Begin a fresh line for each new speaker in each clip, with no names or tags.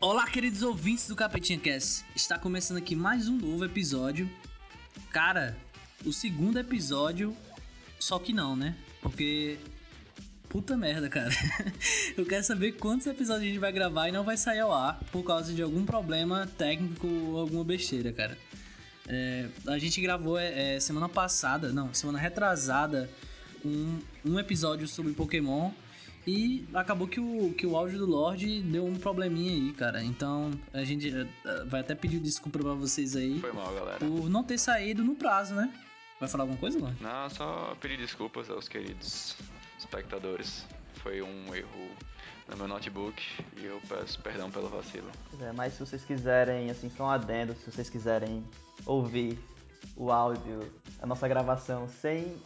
Olá, queridos ouvintes do Capetinha Cast. Está começando aqui mais um novo episódio. Cara, o segundo episódio, só que não, né? Porque puta merda, cara. Eu quero saber quantos episódios a gente vai gravar e não vai sair ao ar por causa de algum problema técnico ou alguma besteira, cara. É, a gente gravou é, é, semana passada, não, semana retrasada, um, um episódio sobre Pokémon. E acabou que o, que o áudio do Lorde deu um probleminha aí, cara. Então a gente eh, eh, vai até pedir desculpa pra vocês aí
Foi mal, galera.
por não ter saído no prazo, né? Vai falar alguma coisa, Lorde?
Não, só pedir desculpas aos queridos espectadores. Foi um erro no meu notebook e eu peço perdão pelo vacilo.
Pois é, mas se vocês quiserem, assim, só um adendo, se vocês quiserem ouvir o áudio, a nossa gravação sem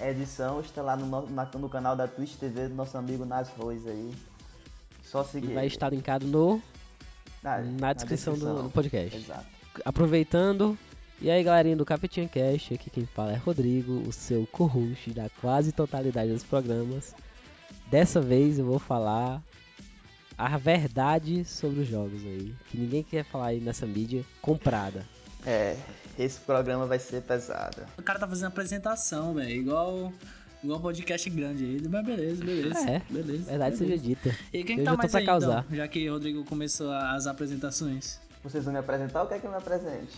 edição, está lá no, no- na- no canal da Twitch TV do nosso amigo Nas Ruiz aí. Só
E
seguir.
vai estar linkado no,
na,
na descrição do, do podcast.
Exato.
Aproveitando. E aí, galerinha do Capetinha Cast, aqui quem fala é Rodrigo, o seu co-host da quase totalidade dos programas. Dessa vez eu vou falar a verdade sobre os jogos aí, que ninguém quer falar aí nessa mídia comprada.
É, esse programa vai ser pesado.
O cara tá fazendo apresentação, velho. Igual. Igual um podcast grande aí. Mas beleza, beleza.
É,
beleza.
Verdade seja
beleza.
dita.
E quem
eu
tá
já tô
mais
pra
aí,
causar.
então? Já que o Rodrigo começou a- as apresentações.
Vocês vão me apresentar ou quer que eu me apresente?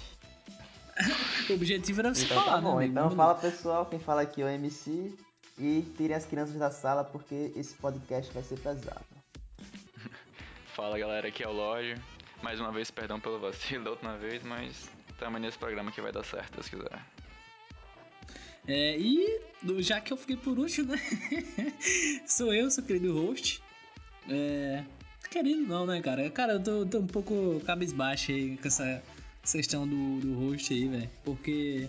O objetivo era você
Então
falar,
tá bom,
né? amigo?
então fala pessoal, quem fala aqui é o MC e tirem as crianças da sala porque esse podcast vai ser pesado.
Fala, galera, aqui é o Lorde. Mais uma vez, perdão pelo vacilo da última vez, mas tamo nesse programa que vai dar certo, se quiser.
É, e do- já que eu fiquei por último, né? sou eu, seu querido host. É, querido não, né, cara? Cara, eu tô, tô um pouco cabisbaixo aí com essa questão do, do host aí, velho. Porque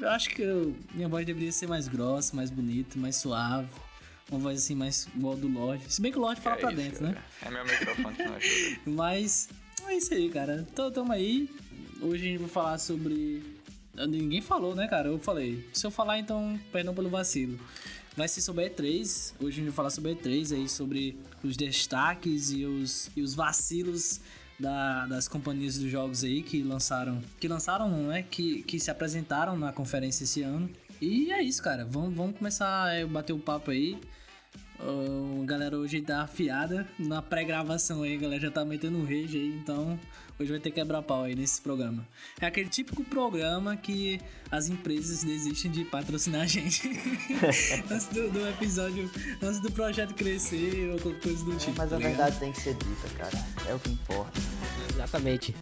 eu acho que eu- minha voz deveria ser mais grossa, mais bonita, mais suave. Uma voz assim, mais igual do Lorde. Se bem que o Lorde fala
É
pra
isso,
dentro, né?
galera. É meu microfone que não ajuda.
Mas é isso aí, cara. Então tamo aí. Hoje a gente vai falar sobre. Ninguém falou, né, cara? Eu falei. Se eu falar, então, perdão pelo vacilo. Vai ser sobre a E3. Hoje a gente vai falar sobre a E3 aí, sobre os destaques e os, e os vacilos da- das companhias dos jogos aí que lançaram. Que lançaram, não é? Que, que se apresentaram na conferência esse ano. E é isso, cara. Vamos, vamos começar a bater o papo aí. Ô, a galera hoje tá afiada na pré-gravação aí, a galera já tá metendo um rage aí, então hoje vai ter quebrar pau aí nesse programa. É aquele típico programa que as empresas desistem de patrocinar a gente antes do, do episódio, antes do projeto crescer ou qualquer coisa do tipo.
É, Mas
tá
a
ligado?
verdade tem que ser dita, cara. É o que importa.
Exatamente.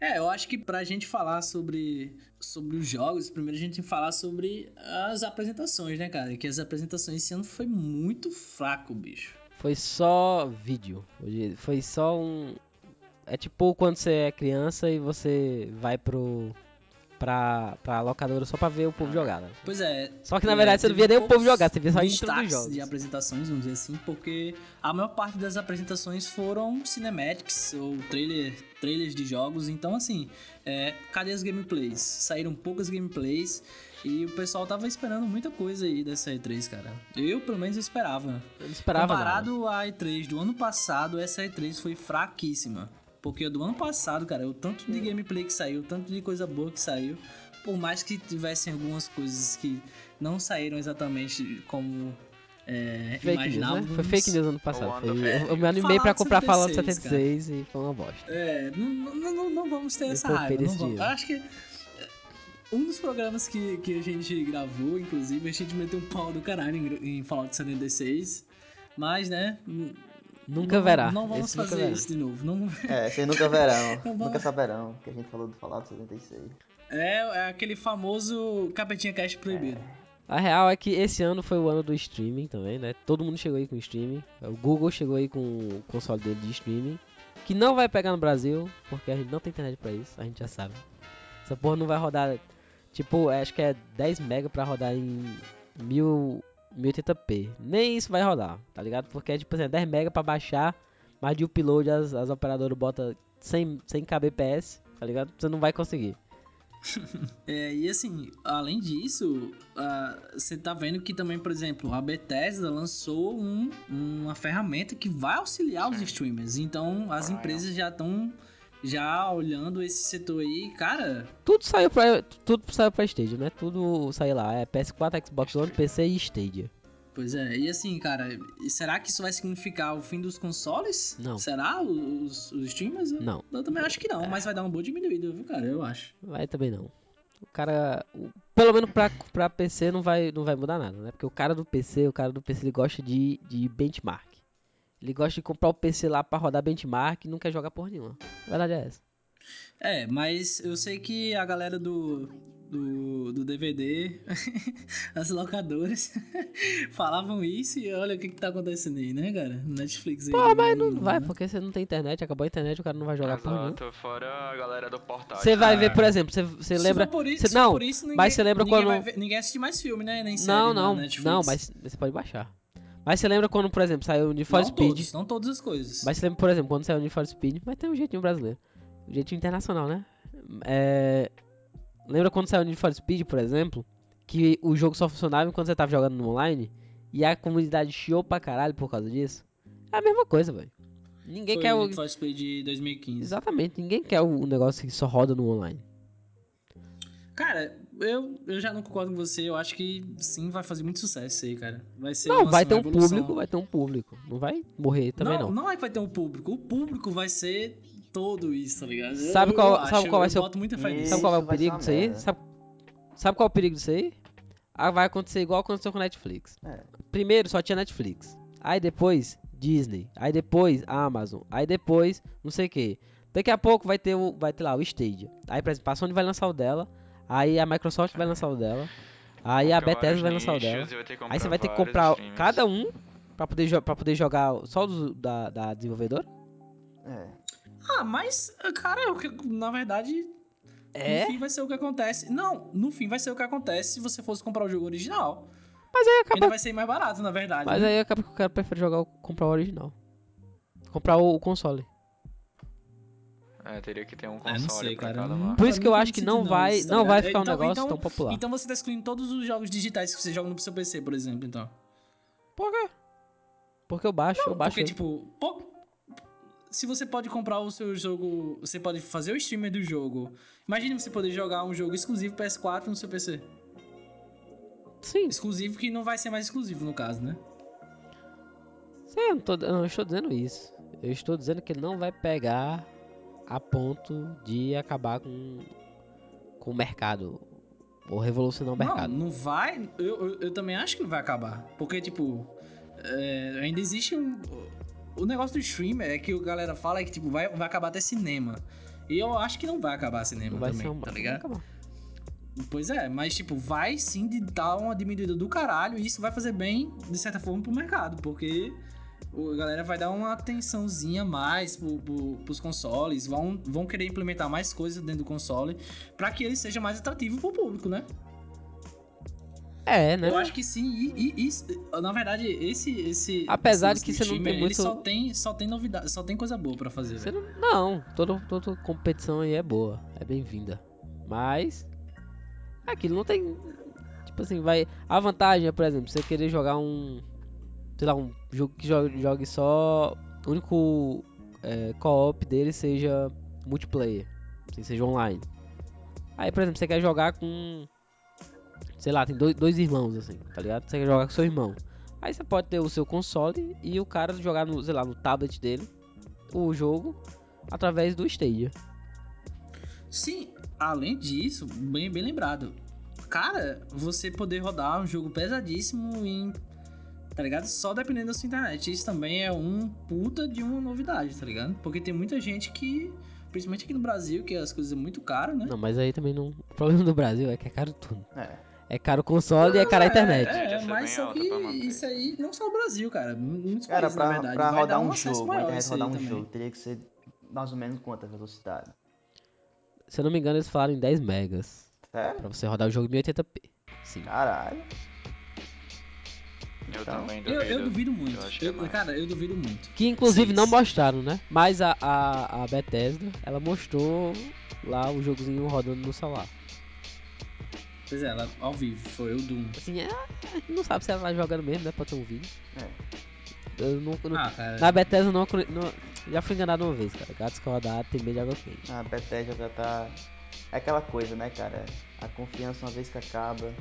É, eu acho que pra gente falar sobre, sobre os jogos, primeiro a gente tem que falar sobre as apresentações, né, cara? Que as apresentações esse ano foi muito fraco, bicho.
Foi só vídeo. Hoje Foi só um. É tipo quando você é criança e você vai pro. pra, pra locadora só pra ver o
Ah.
povo jogar. né?
Pois é.
Só que na
é,
verdade você não
teve
via nem o povo
poucos
jogar, você via só a intro dos
destaques
jogos.
de apresentações, vamos dizer assim, porque a maior parte das apresentações foram cinematics ou trailer, trailers de jogos. Então, assim, é, cadê as gameplays? Saíram poucas gameplays e o pessoal tava esperando muita coisa aí dessa E3, cara. Eu, pelo menos, esperava.
Eu não esperava nada.
Comparado à E3 do ano passado, essa E3 foi fraquíssima. Porque do ano passado, cara, o tanto de gameplay que saiu, o tanto de coisa boa que saiu, por mais que tivessem algumas coisas que não saíram exatamente como é,
Fake news,
imaginávamos.
né? Foi fake news ano passado.
ano
foi-
do-
eu, eu me
é,
animei pra
Fallout
comprar Fallout
76,
76 e foi uma bosta.
É, não, não, não- não vamos ter
Eu
essa
poupei
raiva. Não
desse
vamos.
dinheiro.
Acho que é, um dos programas que, que a gente gravou, inclusive, a gente meteu um pau do caralho em, em Fallout 76. Mas, né? n-
Nunca
não-
verá.
Não vamos
Esse nunca
fazer
verá.
isso de novo. Não...
É, vocês nunca verão.
Não
nunca
vamos-
saberão. Que a gente falou do Fallout 76.
É, é aquele famoso capetinha cash proibido.
A real é que esse ano foi o ano do streaming também, né? Todo mundo chegou aí com streaming. O Google chegou aí com o console dele de streaming. Que não vai pegar no Brasil, porque a gente não tem internet pra isso, a gente já sabe. Essa porra não vai rodar. Tipo, acho que é 10 mega pra rodar em 1000, 1080p. Nem isso vai rodar, tá ligado? Porque é tipo assim, é 10 mega pra baixar, mas de upload as, as operadoras botam 100, 100 kbps, tá ligado? Você não vai conseguir.
É, e assim, além disso, ah, você tá vendo que também, por exemplo, a Bethesda lançou um- uma ferramenta que vai auxiliar os
Sim.
streamers. Então, as
Ah, é.
empresas já estão já olhando esse setor aí, cara.
Tudo saiu pra, tudo saiu pra Stadia, né? Tudo saiu lá. É PS4, Xbox One, PC e Stadia.
Pois é, e assim, cara, e será que isso vai significar o fim dos consoles?
Não.
Será O- os, os streamers? Eu-
Não, É.
Eu também acho que não, mas vai dar uma boa diminuída, viu, cara? Eu acho.
vai também não. O cara. o- pelo menos pra, pra PC não vai, não vai mudar nada, né? Porque o cara do PC, o cara do PC ele gosta de, de benchmark. Ele gosta de comprar o PC lá pra rodar benchmark e não quer jogar porra nenhuma. A verdade é essa.
É, mas eu sei que a galera do, do, do DVD, as locadoras, falavam isso e olha o que, que tá acontecendo aí, né, cara? Netflix aí.
Pô, mas É, não
né?
vai, porque você não tem internet, acabou a internet, o cara não vai jogar porra nenhuma.
Exato, fora a galera do portátil.
Você vai ver, por exemplo, você, você
Se
lembra.
for por isso,
você-
se for
não,
por isso, ninguém,
mas você lembra
ninguém
quando-
vai ver- ninguém assiste mais filme, né? Nem série
Não,
na
não,
Netflix.
não, mas você pode baixar. Mas você lembra quando, por exemplo, saiu o Need for
Não
Speed?
todos, não todas as coisas.
Mas você lembra, por exemplo, quando saiu o Need for Speed, mas tem um jeitinho brasileiro. Um jeitinho internacional, né? É... Lembra quando saiu o Need for Speed, por exemplo, que o jogo só funcionava enquanto você tava jogando no online? E a comunidade chiou pra caralho por causa disso? É a mesma coisa, velho. Ninguém
Foi
quer
o
o...
Need for Speed de 2015.
Exatamente, ninguém quer o negócio que só roda no online.
Cara, eu, eu já não concordo com você. Eu acho que sim, vai fazer muito sucesso isso aí, cara. Vai ser
não,
nossa,
vai ter
uma
um
evolução.
público, vai ter um público. Não vai morrer também não.
não, é que vai ter um público. O público vai ser todo isso, tá ligado? Eu-
Sabe
eu
qual-
acho,
sabe qual
eu
vai ser o-
boto muita fé nisso.
Sabe qual é o
Isso vai ser
perigo
uma
disso aí?
merda.
Sabe, sabe qual é o perigo disso aí? Ah, vai acontecer igual aconteceu com Netflix.
É.
Primeiro só tinha Netflix. Aí depois Disney. Aí depois Amazon. Aí depois não sei o que. Daqui a pouco vai ter, o, vai ter lá o Stadia. Aí por exemplo, a Sony vai lançar o dela. Aí a Microsoft vai lançar o dela. Aí a
Porque vários
Bethesda vai lançar o
nichos,
dela.
e vai ter que
Aí você
comprar
vai ter que
vários
comprar
streamings.
cada um pra poder, jo- pra poder jogar só dos, da, da desenvolvedora?
É.
Ah, mas, cara, é o que- na verdade,
É?
no fim vai ser o que acontece. Não, no fim vai ser o que acontece se você fosse comprar o jogo original.
Mas aí acaba
Ainda vai ser mais barato, na verdade.
Mas é
né?
aí acaba que o cara prefere jogar o, comprar o original. Comprar o, o console.
É, teria que ter um
Ah,
console
não sei,
pra
cara.
cada
Não
marca.
Por
faz
isso que eu
muito
acho que
sentido
não vai,
isso, tá
não vai
ligado?
ficar um
Então-
negócio
então-
tão popular.
Então você tá excluindo todos os jogos digitais que você joga no seu PC, por exemplo, então.
Por quê? Porque eu baixo, eu baixo.
Porque,
ele.
tipo, pô, se você pode comprar o seu jogo, você pode fazer o streamer do jogo. Imagina você poder jogar um jogo exclusivo PS4 no seu PC.
Sim,
Exclusivo que não vai ser mais exclusivo, no caso, né?
sim, eu não, tô, eu não estou dizendo isso. Eu estou dizendo que ele não vai pegar a ponto de acabar com, com o mercado. Ou revolucionar o mercado.
Não, não vai. Eu, eu, eu também acho que não vai acabar. Porque, tipo, é, ainda existe um. O negócio do streamer é que o galera fala que, tipo, vai, vai acabar até cinema. E eu acho que não vai acabar cinema
Não vai
também,
ser um
tá
não vai
ligado?
acabar.
Pois é, mas tipo, vai sim de dar uma diminuída do caralho e isso vai fazer bem, de certa forma, pro mercado, porque o- a galera vai dar uma atençãozinha a mais pro, pro, pros consoles, vão, vão querer implementar mais coisas dentro do console pra que ele seja mais atrativo pro público, né?
É, né?
Eu acho que sim, e, e- e isso- na verdade, esse. esse
Apesar
esse
de que você não
streamer,
tem
ele
muito-
só tem, só tem novidade, só tem coisa boa pra fazer.
Você
velho.
não, não, toda, toda competição aí é boa, é bem-vinda. Mas é aquilo não tem. Tipo assim, vai. A vantagem é, por exemplo, você querer jogar um. Sei lá, um jogo que jogue, jogue só. O único é, co-op dele seja multiplayer. assim, seja online. Aí, por exemplo, você quer jogar com. Sei lá, tem dois, dois irmãos, assim, tá ligado? Você quer jogar com seu irmão. Aí você pode ter o seu console e o cara jogar no, sei lá, no tablet dele o jogo através do Stadia.
Sim, além disso, bem, bem lembrado. Cara, você poder rodar um jogo pesadíssimo em tá ligado? Só dependendo da sua internet. Isso também é um puta de uma novidade, tá ligado? Porque tem muita gente que, principalmente aqui no Brasil, que as coisas são muito caras, né?
Não, mas aí também não. O problema do Brasil é que é caro tudo.
É.
É caro o console e é caro a internet.
É,
Deve
é,
ser
mas
bem
só
alta
que
pra manter.
isso aí, não só o Brasil, cara. Muitos
Cara,
países, é, na
pra,
verdade.
pra
vai dar
rodar
um
um
acesso
jogo, a
maior
internet
isso aí
rodar um
também.
jogo, teria que ser mais ou menos quanto a velocidade?
Se eu não me engano, eles falaram em 10 megas.
Sério?
Pra você rodar o jogo em 1080p. Sim.
Caralho.
Eu
Então,
também
Eu,
duvido.
eu duvido muito.
Eu acho que é
Eu-
mais.
cara, eu duvido muito.
Que inclusive
Seis.
não mostraram, né? Mas a, a, a Bethesda, ela mostrou lá o jogozinho rodando no celular.
Pois é, ela, ao vivo, foi o Doom.
Assim, é, não sabe se ela tá jogando mesmo, né? Pode ser um vídeo.
É.
Eu não, eu não-
Ah, cara.
na Bethesda eu não, acre- não- Já fui enganado uma vez, tá cara. Gatos que rodar tem medo de água quente.
A Bethesda já tá. É aquela coisa, né, cara? A confiança uma vez que acaba.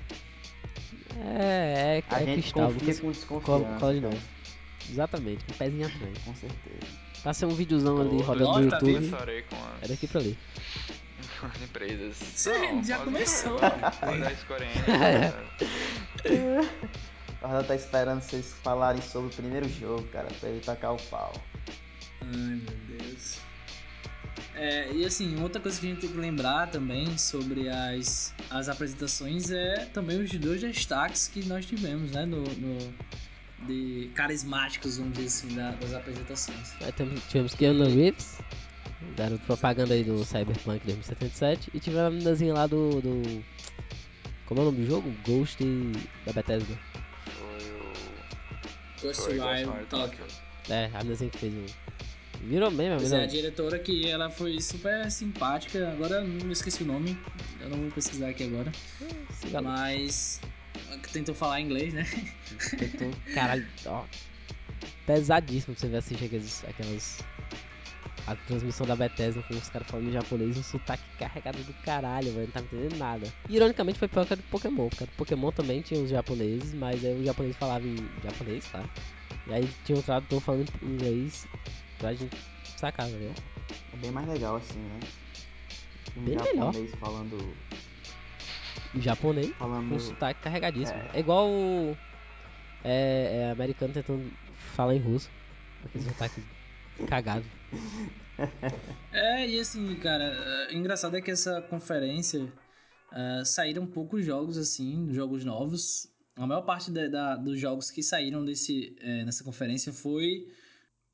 É, é, é
A gente
cristal.
confia com
você cola,
desconfiança.
cola de
cara.
novo. Exatamente, com o pezinho atrás.
Com certeza.
Pra ser um videozão ali
Todos
rodando no
eu
Nossa,
YouTube.
conversarei com as,
É daqui pra ali.
com as empresas.
Sim,
Não,
já
pode-
começou.
Pode dar Square Enix, cara.
A Roda tá esperando vocês falarem sobre o primeiro jogo, cara, pra ele tacar o pau.
Ai, meu Deus. É, e assim, outra coisa que a gente tem que lembrar também sobre as, as apresentações é também os dois destaques que nós tivemos, né? No, no- de carismáticos, vamos dizer assim, da- das apresentações.
Aí temos- tivemos Keanu Reeves, garoto propaganda aí do Cyberpunk 2077, e tivemos a meninazinha lá do, do. Como é o nome do jogo? Ghost e- da Bethesda.
Foi o. Foi o
Ghostwire
Ghostwire
Tokyo.
Tokyo.
É, a meninazinha que fez o. Virou meme, a
Pois é, a
menina.
diretora que ela foi super simpática, agora eu não esqueci o nome, eu não vou pesquisar aqui agora,
Esse garoto
mas que tentou falar inglês, né?
tentou- Caralho, ó. Pesadíssimo pra você ver assistir aqueles, aquelas. A transmissão da Bethesda com os caras falando em japonês, um sotaque carregado do caralho, velho. Não tava entendendo nada. E, ironicamente foi pior que a do Pokémon, porque a do Pokémon também tinha os japoneses, mas aí o japonês falava em japonês, claro. E aí tinha um tradutor falando em inglês pra gente sacar, né? velho.
É bem mais legal assim, né? Um
Bem melhor.
japonês falando.
E japonês, com um
falando.
sotaque carregadíssimo.
Hum. É.
É, igual o. É, é americano tentando falar em russo. Aquele sotaque cagado.
É, e assim, cara, é, engraçado é que essa conferência é, saíram poucos jogos, assim, jogos novos. A maior parte da- da- dos jogos que saíram desse, é, nessa conferência foi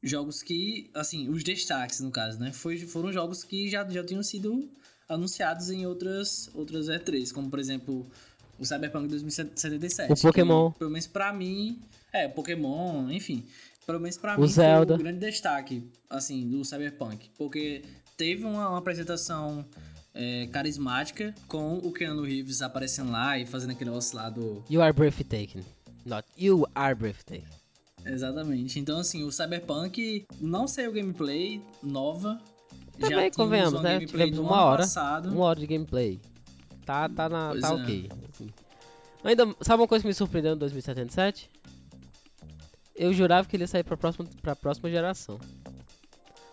jogos que, assim, os destaques, no caso, né? Foi, foram jogos que já, já tinham sido anunciados em outras, outras E3, como, por exemplo, o Cyberpunk 2077.
O
que,
Pokémon.
pelo menos pra mim, é, Pokémon, enfim. Pelo menos pra
O
mim
Zelda.
foi o grande destaque, assim, do Cyberpunk. Porque teve uma, uma apresentação é, carismática com o Keanu Reeves aparecendo lá e fazendo aquele negócio lá do...
You are breathtaking. Not you are breathtaking.
Exatamente. Então, assim, o Cyberpunk não saiu gameplay nova.
Também,
tínhamos
convenhamos,
uma
né?
gameplay
Tivemos
do
uma
ano
hora,
Passado.
Uma hora de gameplay. Tá, tá, na,
Pois
tá
é.
ok. assim. Ainda, sabe uma coisa que me surpreendeu em 2077? Eu jurava que ele ia sair pra próxima, pra próxima geração.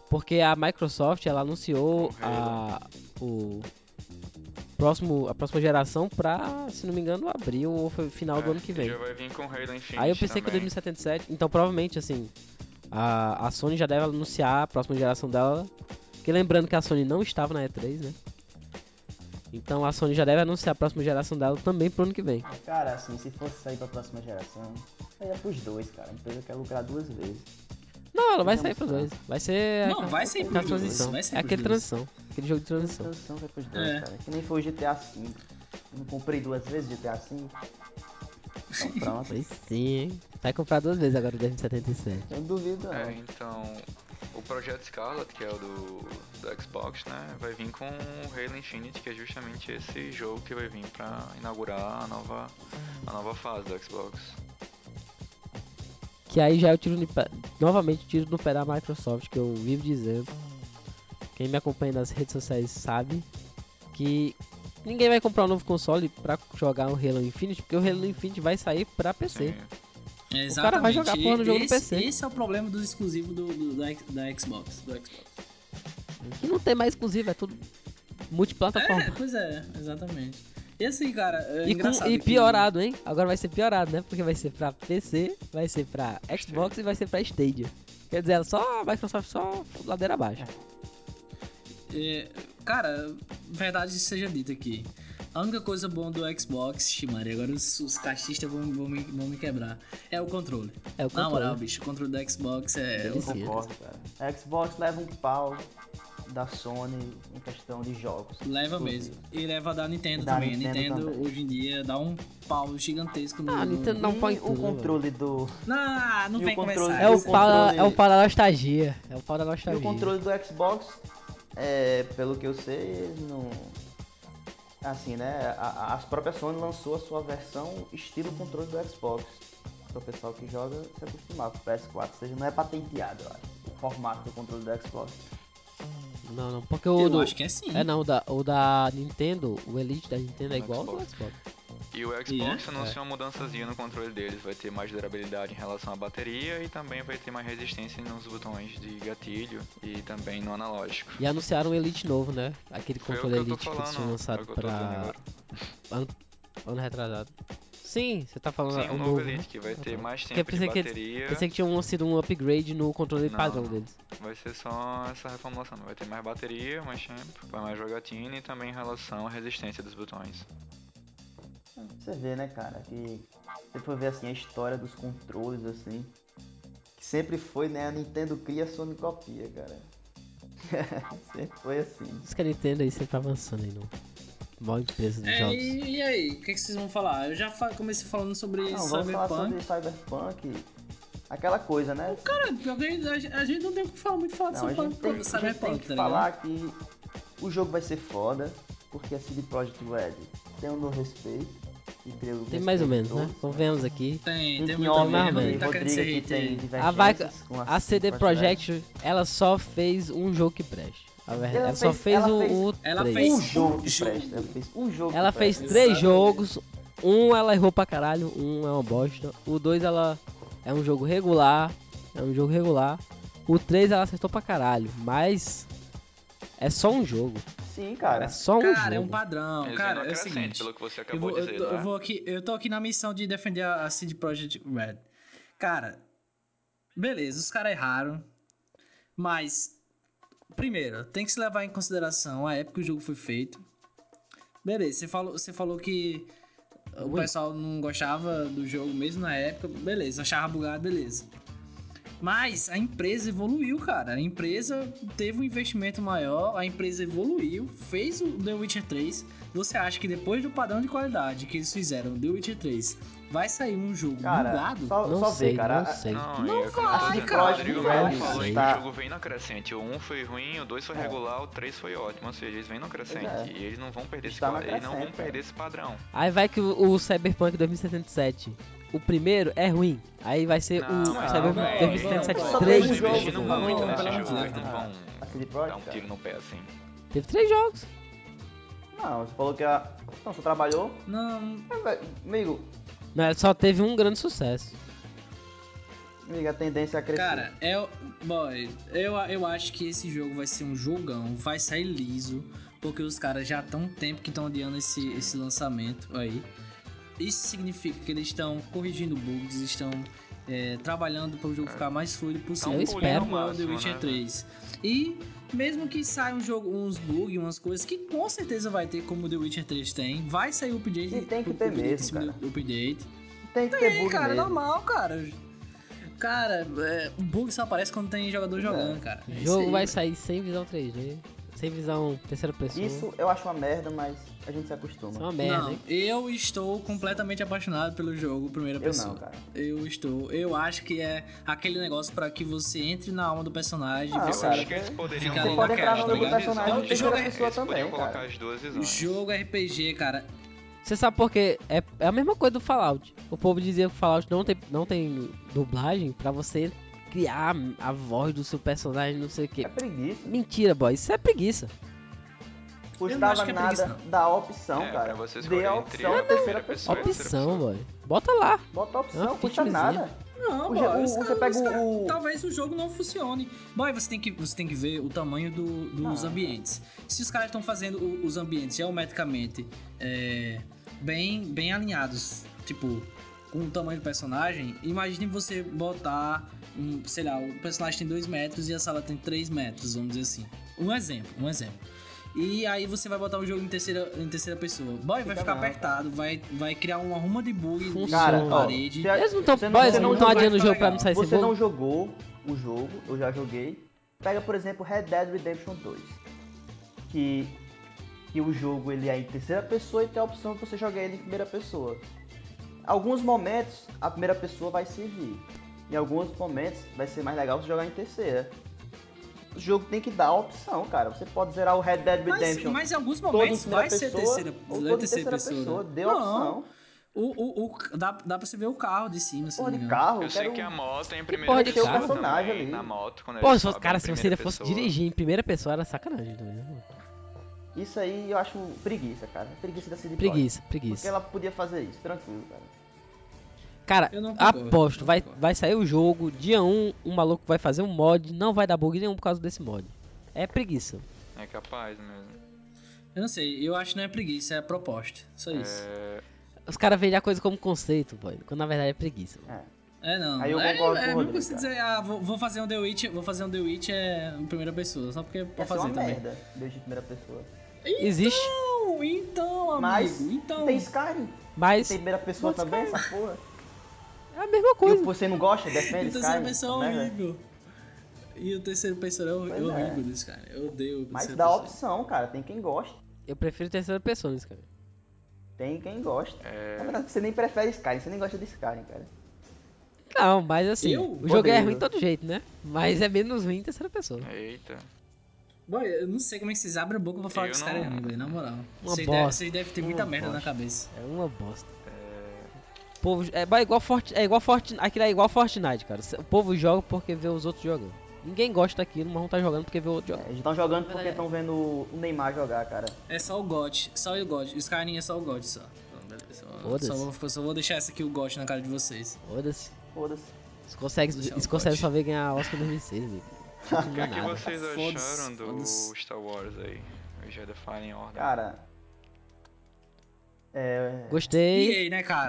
Porque a Microsoft, ela anunciou a, o próximo, a próxima geração pra, se não me engano, abril ou foi final do
É,
ano que
e
vem.
Já vai vir com Halo Infinite.
Aí eu pensei que o
também.
2077, então provavelmente assim, a, a Sony já deve anunciar a próxima geração dela. Porque lembrando que a Sony não estava na E3, né? Então a Sony já deve anunciar a próxima geração dela também pro ano que vem.
Cara, assim, se fosse sair pra próxima geração, saia pros dois, cara. A empresa quer lucrar duas vezes.
Não, ela vai
Vamos
sair pros
lá.
dois. Vai ser
Não,
aquela-
vai sair
aquela
pros dois,
transição.
vai sair
é
pros
aquele
dois.
transição. Aquele jogo de transição.
Tradução vai pros dois,
É.
cara. Que nem foi o GTA V. Não comprei duas vezes GTA V. Então pronto.
Pois sim, hein? Vai comprar duas vezes agora o 2077.
Eu não duvido não.
É, então, o projeto Scarlet, que é o do, do Xbox, né, vai vir com o Halo Infinite, que é justamente esse jogo que vai vir pra inaugurar a nova, a nova fase do Xbox.
Que aí já é o tiro no pé. Novamente, o tiro no pé da Microsoft, que eu vivo dizendo. Quem me acompanha nas redes sociais sabe que ninguém vai comprar um novo console pra jogar o Halo Infinite, porque o Halo Infinite vai sair pra PC.
Sim.
Exatamente.
cara vai jogar porra no jogo do
esse,
PC.
Esse é o problema dos exclusivos do, do- da, da Xbox. Do Xbox.
Que não tem mais exclusivo, é tudo
É,
multiplataforma.
pois é, exatamente. E assim, cara, é
E, com-
engraçado.
e
que-
piorado, hein? Agora vai ser piorado, né? Porque vai ser pra PC, vai ser pra Xbox e vai ser pra Stadia. Quer dizer, ela só a Microsoft só ladeira abaixo.
É, cara, verdade seja dita aqui. A única coisa boa do Xbox, Ximari, agora os, os caixistas vão, vão me, vão me quebrar, é o controle.
É o
Na moral,
controle.
bicho, o controle do Xbox é.
Delícia.
Concordo, cara. A Xbox leva um pau da Sony em questão de jogos.
Leva
Tudo.
mesmo. E leva da Nintendo
Da
também.
Nintendo
a Nintendo
também.
hoje em dia dá um pau gigantesco no.
Ah, a Nintendo
no...
dá um pau em
E
tudo,
o
né,
controle do.
Não, não
E o
vem
controle-
começar.
É o,
o
pau da,
controle-
é o pau da nostalgia. É o pau da
E
nostalgia.
o controle do Xbox, é, pelo que eu sei, não. Assim, né? A, a- as próprias Sony lançou a sua versão estilo controle do Xbox. Para o pessoal que joga se acostumar com o PS4. Ou seja, não é patenteado, eu acho. O formato do controle do Xbox.
Não, não, porque
Eu
o do.
acho que é sim.
É não, o da, o da Nintendo, o Elite da Nintendo é
Do
igual ao do
Xbox.
Xbox.
E
é,
o Xbox
Yeah.
anunciou uma mudançazinha no controle deles, vai ter mais durabilidade em relação à bateria e também vai ter mais resistência nos botões de gatilho e também no analógico.
E anunciaram o Elite novo, né? Aquele
Foi o
controle
que eu tô
Elite que tinha
falando, é
lançado
o que eu tô dizendo
pra
agora.
ano retrasado. Sim, você tá falando
Sim,
o
um
novo.
novo
né?
Elite que vai ter
tá.
mais
Porque eu
tempo de
pensei que eles-
bateria,
Pensei que tinha um, sido um upgrade no controle
Não,
padrão
não.
deles.
vai ser só essa reformulação, vai ter mais bateria, mais tempo, vai mais jogatina e também em relação à resistência dos botões.
Você vê, né, cara, que se for ver assim a história dos controles assim, sempre foi, né, a Nintendo cria, a Sony copia, cara. sempre foi assim.
Isso que a Nintendo aí sempre tá avançando aí no. Maior empresa dos
É,
jogos.
e, e aí, o que, que vocês vão falar? Eu já fa- comecei falando sobre
Não, vamos falar
Cyberpunk.
sobre Cyberpunk, aquela coisa, né?
Cara, pior que É, a gente- a gente não tem o que falar muito falar
Não, a
sobre
gente tem, a gente tem
Cyberpunk,
que
tá ligado?
falar que o jogo vai ser foda, porque a CD Projekt Red tem o meu respeito e pelo
Tem mais ou menos,
respeito de
né?
todos,
Convenhamos aqui.
Tem,
Tem,
tem
tem
muito
homem,
também.
né,
Não
velho?
tá querendo ser
é, Rodrigo que
hater
tem
aí.
A, vai,
divergências com
a CD
é.
Projekt, ela só fez um jogo que preste. A verdade, ela,
Ela
só
fez-
fez
ela
o,
fez-
o
Ela
três.
fez
um jogo que
jogo.
presta. Ela fez um jogo.
Ela
que
fez
presta.
três
Exatamente.
jogos. Um ela errou pra caralho, um é uma bosta. O dois ela é um jogo regular, é um jogo regular. O três ela acertou pra caralho, mas é só um jogo.
Sim,
É
cara.
só um jogo.
Cara, é um padrão.
Eles
cara,
vêm no
é o
crescente,
seguinte.
pelo que você
Eu
acabou
vou,
de
eu,
dizer,
tô,
tá?
eu vou aqui, eu tô aqui na missão de defender a a CD Projekt Red. Cara, beleza, os caras erraram, mas primeiro, tem que se levar em consideração a época que o jogo foi feito. Beleza, você falou, você falou que o
Ui.
pessoal não gostava do jogo mesmo na época, beleza, achava bugado, beleza. Mas a empresa evoluiu, cara. A empresa teve um investimento maior, a empresa evoluiu, fez o The Witcher 3. Você acha que depois do padrão de qualidade que eles fizeram, The Witcher 3, vai sair um jogo
Cara,
bugado?
só,
Não
só
sei,
vê, cara.
não sei.
Não,
Não
e é como eu tô
vai,
dizendo,
cara.
O Rodrigo
Não
mesmo
vai.
falou aí que
Tá.
o jogo vem no crescente. O 1 foi ruim, o 2 foi
É.
regular, o 3 foi ótimo. Ou seja, eles vêm no crescente.
Pois é.
E eles não vão perder esse
Está no
quadro. Eles não vão
crescente,
perder
cara.
esse padrão.
Aí vai que o, o Cyberpunk 2077, o primeiro é ruim. Aí vai ser
Não,
o
mas
Cyberpunk
não,
2077
não, não.
Eles
Só tem um
3 teve
jogo,
investindo
não,
muito
não,
nesse
não,
jogo. Eles
não,
não vão
A
dar
CD
um
Projekt,
tiro
cara.
no pé assim.
Teve três jogos.
Não, você falou que a... Não, você trabalhou.
Não,
É, velho, Amigo,
Não, ela só teve um grande sucesso.
amigo, a tendência é a crescer.
Cara, eu, boy, eu, eu acho que esse jogo vai ser um jogão, vai sair liso, porque os caras já estão um tempo que estão adiando esse, esse lançamento aí. Isso significa que eles estão corrigindo bugs, estão é, trabalhando para o jogo ficar mais fluido possível.
Eu espero.
Igual ao The
Máximo,
Witcher
né,
3. E mesmo que saia um jogo, uns bugs, umas coisas que com certeza vai ter, como The Witcher 3 tem, vai sair o update.
E tem que
o-
ter
o update,
mesmo,
em cima do
cara.
Update.
tem que ter
Tem,
bug
cara,
mesmo.
normal, cara. Cara, é, bug só aparece quando tem jogador jogando, cara. É
O
isso
jogo
aí,
vai
velho.
sair sem visão 3D, sem visão terceira pessoa.
Isso eu acho uma merda, mas a gente se acostuma.
Isso é uma merda,
Não,
hein?
eu estou completamente apaixonado pelo jogo primeira
Eu
pessoa.
não, cara.
Eu estou. Eu acho que é aquele negócio pra que você entre na alma do personagem.
Ah,
Eu
você...
cara,
acho que eles poderiam
Você pode
colocar
entrar no
as
jogo
duas
do
personagem
visões.
em terceira
pessoa
Eles podiam
também, cara.
colocar as duas
é
visões.
Jogo RPG, cara.
Você sabe por quê? É, é a mesma coisa do Fallout. O povo dizia que o Fallout não tem, não tem dublagem pra você criar a voz do seu personagem, não sei o quê.
É preguiça.
Mentira, boy. Isso é preguiça.
acho
Custava
que é preguiça,
nada da opção,
É, pra
cara.
você
Dê
escolher
a
entre
opção
a
terceira
primeira pessoa
pessoa.
e a terceira
Opção,
pessoa.
boy. Bota lá.
Bota a
É
opção,
uma
custa
featurezinha.
nada.
Não,
O
boy,
je- o-
os
você
caras-
pega
os caras-
o-
talvez o jogo não funcione. Boy, você tem que, você tem que ver o tamanho do- dos
Ah.
ambientes. Se os caras estão fazendo o- os ambientes geometricamente é, bem, bem alinhados, tipo, com o tamanho do personagem, imagine você botar, um, sei lá, o personagem tem 2 metros e a sala tem 3 metros, vamos dizer assim. Um exemplo, um exemplo. E aí você vai botar o jogo em terceira, em terceira pessoa. Boy, vai
Fica
ficar
mal, cara.
apertado, vai, vai criar uma arruma de bug de
Cara, ó,
parede.
se a-
Eles não estão
Você não- você não vai
adiando
ficar
o jogo pra
legal.
não sair sem
Você não
bug?
jogou o jogo, eu já joguei. Pega, por exemplo, Red Dead Redemption 2. Que, que o jogo ele é em terceira pessoa e tem a opção de você jogar ele em primeira pessoa. Alguns momentos a primeira pessoa vai servir. Em alguns momentos vai ser mais legal você jogar em terceira. O jogo tem que dar a opção, cara. Você pode zerar o Red Dead
Mas,
Redemption
mas em alguns
todo em
momentos
primeira
vai ser
pessoa
terceira,
ou
é
todo em
terceira
terceira
pessoa.
pessoa.
né?
Deu a
não,
opção.
o, o, o- dá, dá pra você ver o carro de cima, se
Porra
não me
de
engano.
carro,
Eu
eu
sei
quero um-
que a moto é em
porra
primeira
de
pessoa
carro?
personagem
também,
ali.
na moto, quando
Pô,
ele
se fosse-
sobe,
cara,
em
se você ainda
primeira
fosse
pessoa.
dirigir em primeira pessoa, era sacanagem. né?
Isso aí eu acho preguiça, cara. Preguiça da CD Projekt.
Preguiça,
Porque
preguiça.
ela podia fazer isso, tranquilo, cara.
Cara,
Eu não concordo,
aposto,
não
vai,
concordo.
vai sair o jogo, dia 1, um maluco vai fazer um mod, não vai dar bug nenhum por causa desse mod. É preguiça.
É capaz mesmo.
Eu não sei, eu acho que não é preguiça, é proposta. Só isso.
É,
Os caras vendem a coisa como conceito, boy, quando na verdade é preguiça. mano.
É.
É, não.
Aí eu
é,
concordo
é,
com o
mesmo
Rodrigo,
você
cara.
dizer, ah, vou, vou fazer um The Witch, vou fazer um The Witch é, em primeira pessoa, só porque pra
Ia ser É uma
fazer também.
merda, desde de primeira pessoa.
Existe,
Então, então, amigo,
Mas
então.
tem Skyrim.
mas
Tem primeira pessoa
Mas
também, essa porra.
é a mesma
E o
coisa.
que você não gosta,
E
defende
o terceiro
Skyrim.
pessoa é
né, velho?
horrível. E o terceiro pessoa é hor-
Pois é.
horrível desse cara. Eu odeio o terceiro
Mas dá
pessoa.
opção, cara. Tem quem gosta.
Eu prefiro terceira pessoa nesse cara.
Tem quem gosta.
É.
Na verdade, você nem prefere Skyrim, você nem gosta de Skyrim, cara.
Não, mas assim,
Eu?
o jogo é
Rodrigo.
ruim de todo jeito, né? Mas é menos ruim em terceira pessoa.
eita.
Boy, eu não sei como é que vocês abrem a boca pra falar
Eu
que esse
não-
cara é ruim, velho, na moral.
Uma
Vocês
bosta.
devem vocês devem ter muita
Uma
merda na
bosta.
cabeça.
É uma bosta. O povo, é, mas é igual Fortnite, é igual Fortnite, aquilo é igual Fortnite, cara. O povo joga porque vê os outros jogando. Ninguém gosta daquilo, mas não tá jogando porque vê o outro
É,
jogando.
Eles estão jogando porque
Verdade.
estão vendo o Neymar jogar, cara.
É só o GOT, só o GOT. O Skyrim é só o GOT só. Então, beleza, Só,
Foda-se.
só, vou, só vou deixar essa aqui, o GOT, na cara de vocês.
Foda-se.
Foda-se.
Os conseguem,
Deixa eu
os conseguem
bote.
só ver ganhar Oscar 2006, velho.
O
Não
que
dá
é que
nada.
vocês
Foda-se,
acharam do
foda-se.
Star Wars aí? O Jedi Fallen Order.
Cara. É.
E
Gostei,
aí, né, cara?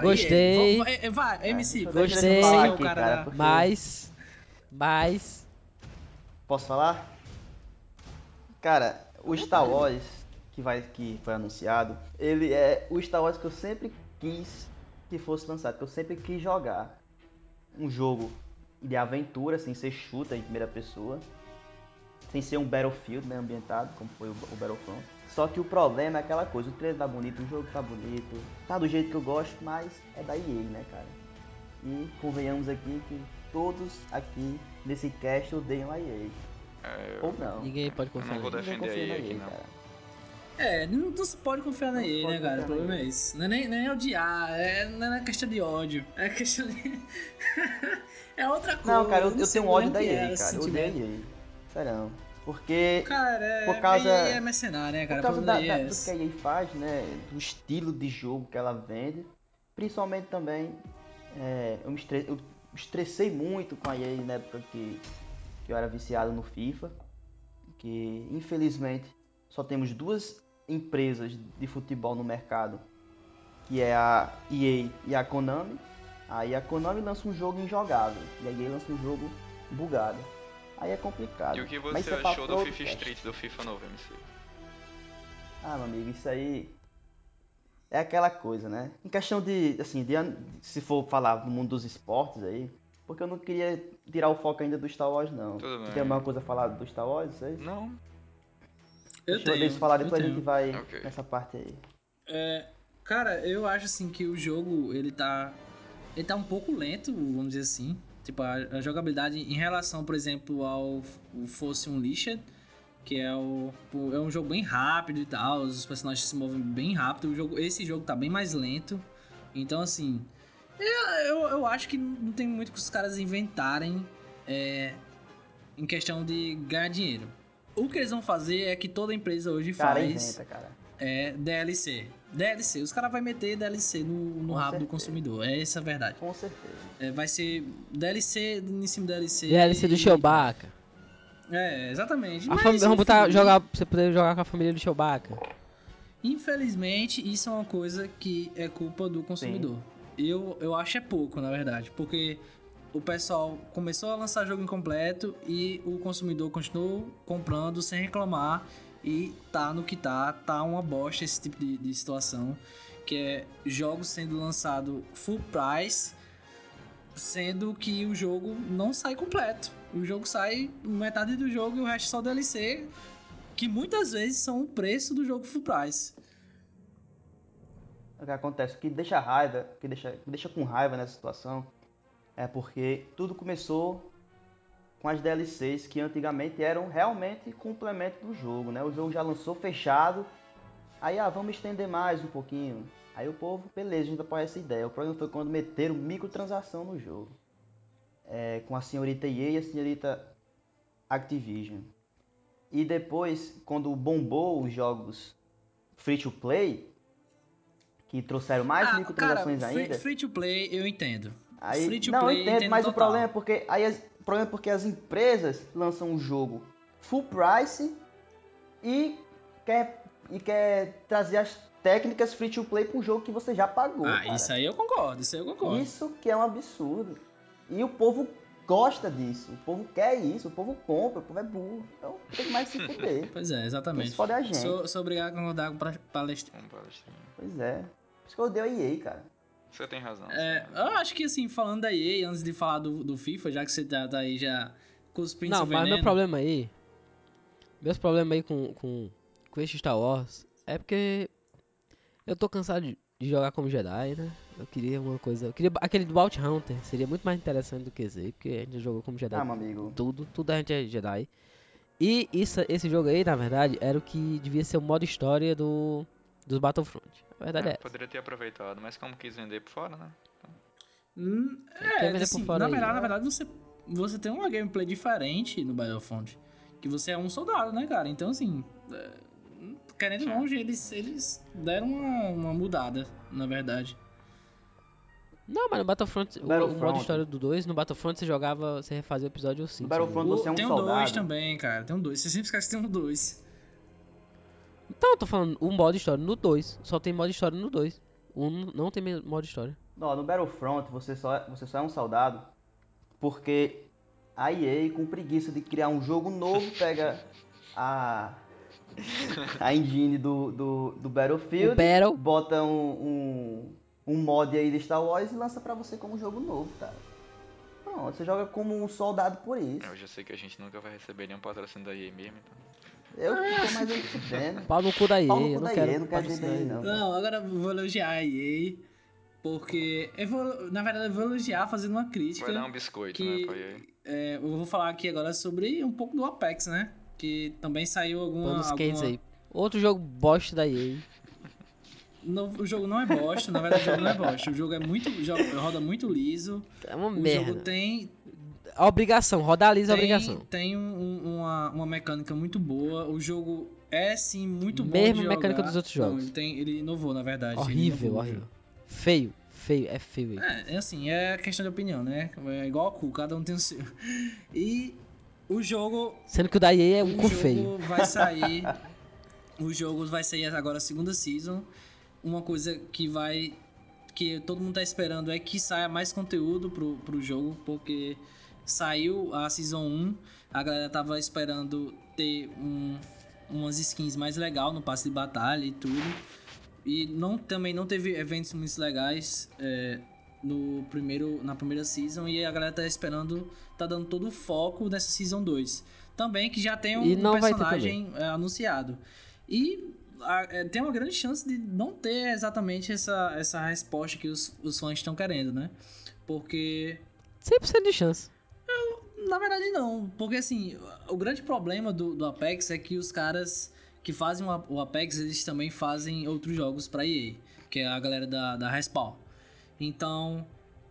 E aí?
Gostei.
Vou- é, vai, vai, MC,
deixa eu-
deixa
deixa eu
você
falar
é o
aqui,
cara,
cara,
da-
porque-
mas. Mas.
Posso falar? Cara, o Star Wars que, vai, que foi anunciado, ele é o Star Wars que eu sempre quis que fosse lançado, que eu sempre quis jogar. Um jogo de aventura, sem ser chuta em primeira pessoa, sem ser um Battlefield né, ambientado, como foi o, o Battlefront. Só que o problema é aquela coisa, o trailer tá bonito, o jogo tá bonito, tá do jeito que eu gosto, mas é da EA, né, cara? E convenhamos aqui que todos aqui nesse cast odeiam a EA.
É,
Ou não.
Ninguém pode
eu
confiar.
não vou
nele.
Ninguém
defender a
confia na
EA
EA,
aqui, né? não.
cara.
É, não, não se pode confiar na
Não se
EA,
pode
né, cara?
confiar
O problema
na
é esse. Não é nem, nem odiar, é, não é na questão de ódio. É questão de. é outra coisa.
Não, cara, eu, eu
sei
tenho
nem
ódio
o
da
que é
EA,
esse
cara. Eu
sentimento.
odeio a EA. Sério. Porque
Cara, é,
Por causa-
a EA é mercenária, né, cara?
por
O
causa
problema
da,
da
da-
EA é
do
esse.
que a EA faz, né? Do estilo de jogo que ela vende. Principalmente também, é, eu, me estre- eu estressei muito com a EA na época que, que eu era viciado no FIFA. Que, infelizmente, só temos duas empresas de futebol no mercado. Que é a EA e a Konami. Aí a Konami lança um jogo injogável. E a EA lança um jogo bugado. Aí é complicado.
E o que
Mas
você
isso é papo
achou
pra
do
outro
FIFA
cast.
Street, do FIFA novo, MC?
Ah, meu amigo, isso aí é aquela coisa, né? Em questão de, assim, de an- se for falar do mundo dos esportes aí, porque eu não queria tirar o foco ainda do Star Wars, não.
Tudo
Tu
bem.
Tem alguma coisa a falar do Star Wars? Isso aí?
Não.
Eu
Deixa eu
tenho.
deixa eu falar,
eu
depois a
tenho.
gente vai
Ok.
nessa parte aí.
É, cara, eu acho assim que o jogo ele tá ele tá um pouco lento, vamos dizer assim. Tipo, a, a jogabilidade em relação, por exemplo, ao o Fosse um Lixa, que é o pô, é um jogo bem rápido e tal, os personagens se movem bem rápido. O jogo, esse jogo tá bem mais lento. Então, assim, eu, eu, eu acho que não tem muito que os caras inventarem é, em questão de ganhar dinheiro. O que eles vão fazer é que toda empresa hoje
Cara,
faz
inventa, cara.
é DLC. DLC, os caras vão meter DLC no, no
Com
rabo do
certeza.
consumidor, é essa a verdade.
Com certeza.
É, vai ser DLC em cima de DLC.
DLC do Chewbacca.
É, exatamente.
A
Mas,
família, vamos botar,
enfim,
jogar, você poder jogar com a família do Chewbacca.
Infelizmente, isso é uma coisa que é culpa do consumidor. Eu, eu acho é pouco, na verdade, porque o pessoal começou a lançar jogo incompleto e o consumidor continuou comprando sem reclamar e tá no que tá, tá uma bosta esse tipo de, de situação, que é jogos sendo lançado full price, sendo que o jogo não sai completo. O jogo sai metade do jogo e o resto só DLC, que muitas vezes são o preço do jogo full price.
O que acontece, o que deixa raiva, o que deixa, o que deixa com raiva nessa situação, é porque tudo começou com as DLCs que antigamente eram realmente complemento do jogo, né? O jogo já lançou fechado, aí ah, vamos estender mais um pouquinho. Aí o povo, beleza, a gente apoia essa ideia. O problema foi quando meteram microtransação no jogo. É, com a senhorita EA e a senhorita Activision. E depois, quando bombou os jogos free to play, que trouxeram mais
Ah,
microtransações
cara, free,
ainda.
free to play eu entendo.
Aí,
Free to
não,
play,
eu entendo,
entendo
mas o
total.
problema é porque aí as- o problema é porque as empresas lançam um jogo full price e quer e quer trazer as técnicas free to play para um jogo que você já pagou.
ah,
cara.
isso aí eu concordo, isso aí eu concordo.
Isso que é um absurdo. E o povo gosta disso, o povo quer isso, o povo compra, o povo é burro. Então tem mais que se fuder.
Pois é,
Quem
exatamente.
se fode é a gente.
Sou, sou obrigado a concordar com o palestrino.
Um palestrinho.
Pois é. Por isso que eu odeio a EA, cara.
Você tem razão.
É, eu acho que assim, falando da EA, antes de falar do, do FIFA, já que você tá, tá aí já cuspindo
Não,
seu
mas
veneno,
meu problema aí. Meus problemas aí com, com, com este Star Wars é porque eu tô cansado de, de jogar como Jedi, né? Eu queria uma coisa. Eu queria aquele do Bounty Hunter, seria muito mais interessante do que esse, aí, porque a gente já jogou como Jedi.
Ah, meu amigo.
Tudo, tudo a gente é Jedi. E isso, esse jogo aí, na verdade, era o que devia ser o modo história do dos Battlefront. A verdade é,
É,
essa.
poderia ter aproveitado, mas como quis vender por fora, né?
Hum,
quer
é,
vender por
assim,
fora
na
aí,
verdade,
né?
na verdade você, você tem uma gameplay diferente no Battlefront. Que você é um soldado, né, cara? Então, assim, é, querendo ou não, eles, eles deram uma, uma mudada, na verdade.
Não, mas no Battlefront, o- o, modo
Battlefront.
história do 2, no Battlefront você jogava, você refazia o episódio 5.
No Battlefront
O-
você é um
tem um
soldado.
2 também, cara. Tem um 2. Você sempre esquece que tem um 2.
Então, eu tô falando o modo história no 2. Só tem modo história no 2. O 1 não tem me- modo história.
Não, no Battlefront você só, é- você só é um soldado porque a EA, com preguiça de criar um jogo novo, pega a, a engine do, do, do
O
Battlefield,
Battle.
bota um, um, um mod aí de Star Wars e lança pra você como jogo novo, cara. Pronto, você joga como um soldado por isso.
Eu já sei que a gente nunca vai receber nenhum patrocínio da EA mesmo, então.
Eu que tô mais aí se fudendo.
Pau no cu da EA,
Pau no cu
eu não
da
quero.
EA, não quero
patrocinar
ver daí,
ele.
não.
Não, agora eu vou elogiar a EA. Porque. Eu vou, na verdade, eu vou elogiar fazendo uma crítica.
Vai dar um biscoito,
que-
né, pra EA.
É, eu vou falar aqui agora sobre um pouco do Apex, né? Que também saiu alguma.
Põe nos
alguma...
quentes aí. Outro jogo bosta da EA.
No- o jogo não é bosta, na verdade o jogo não é bosta. O jogo é muito. joga- roda muito liso.
É uma
O
merda.
jogo tem,
A obrigação, rodar liso é
tem,
obrigação.
tem um- um- uma, uma mecânica muito boa. O jogo é sim muito bom.
Mesma
de
mecânica
jogar.
dos outros
Não,
jogos.
ele, tem, ele inovou, na verdade. ele
Horrível,
inovou o
horrível.
jogo.
Feio, feio, é feio. aí.
É, é assim, é questão de opinião, né? É igual ao cu, cada um tem o seu. E o jogo
Sendo que o da EA é um
o
cu
jogo
feio.
vai sair. o jogo vai sair agora a segunda season. Uma coisa que vai. que todo mundo tá esperando é que saia mais conteúdo pro, pro jogo, porque saiu a season 1, a galera tava esperando ter um, umas skins mais legal no passe de batalha e tudo. E não, também não teve eventos muito legais é, no primeiro, na primeira season. E a galera tá esperando, tá dando todo o foco nessa season 2. Também que já tem um,
E não vai ter
personagem é, anunciado. E a- é, tem uma grande chance de não ter exatamente essa, essa resposta que os, os fãs estão querendo, né? Porque
100% de chance.
na verdade, não. Porque, assim, o grande problema do, do Apex é que os caras que fazem o A- o Apex, eles também fazem outros jogos pra EA, que é a galera da, da Respawn. Então,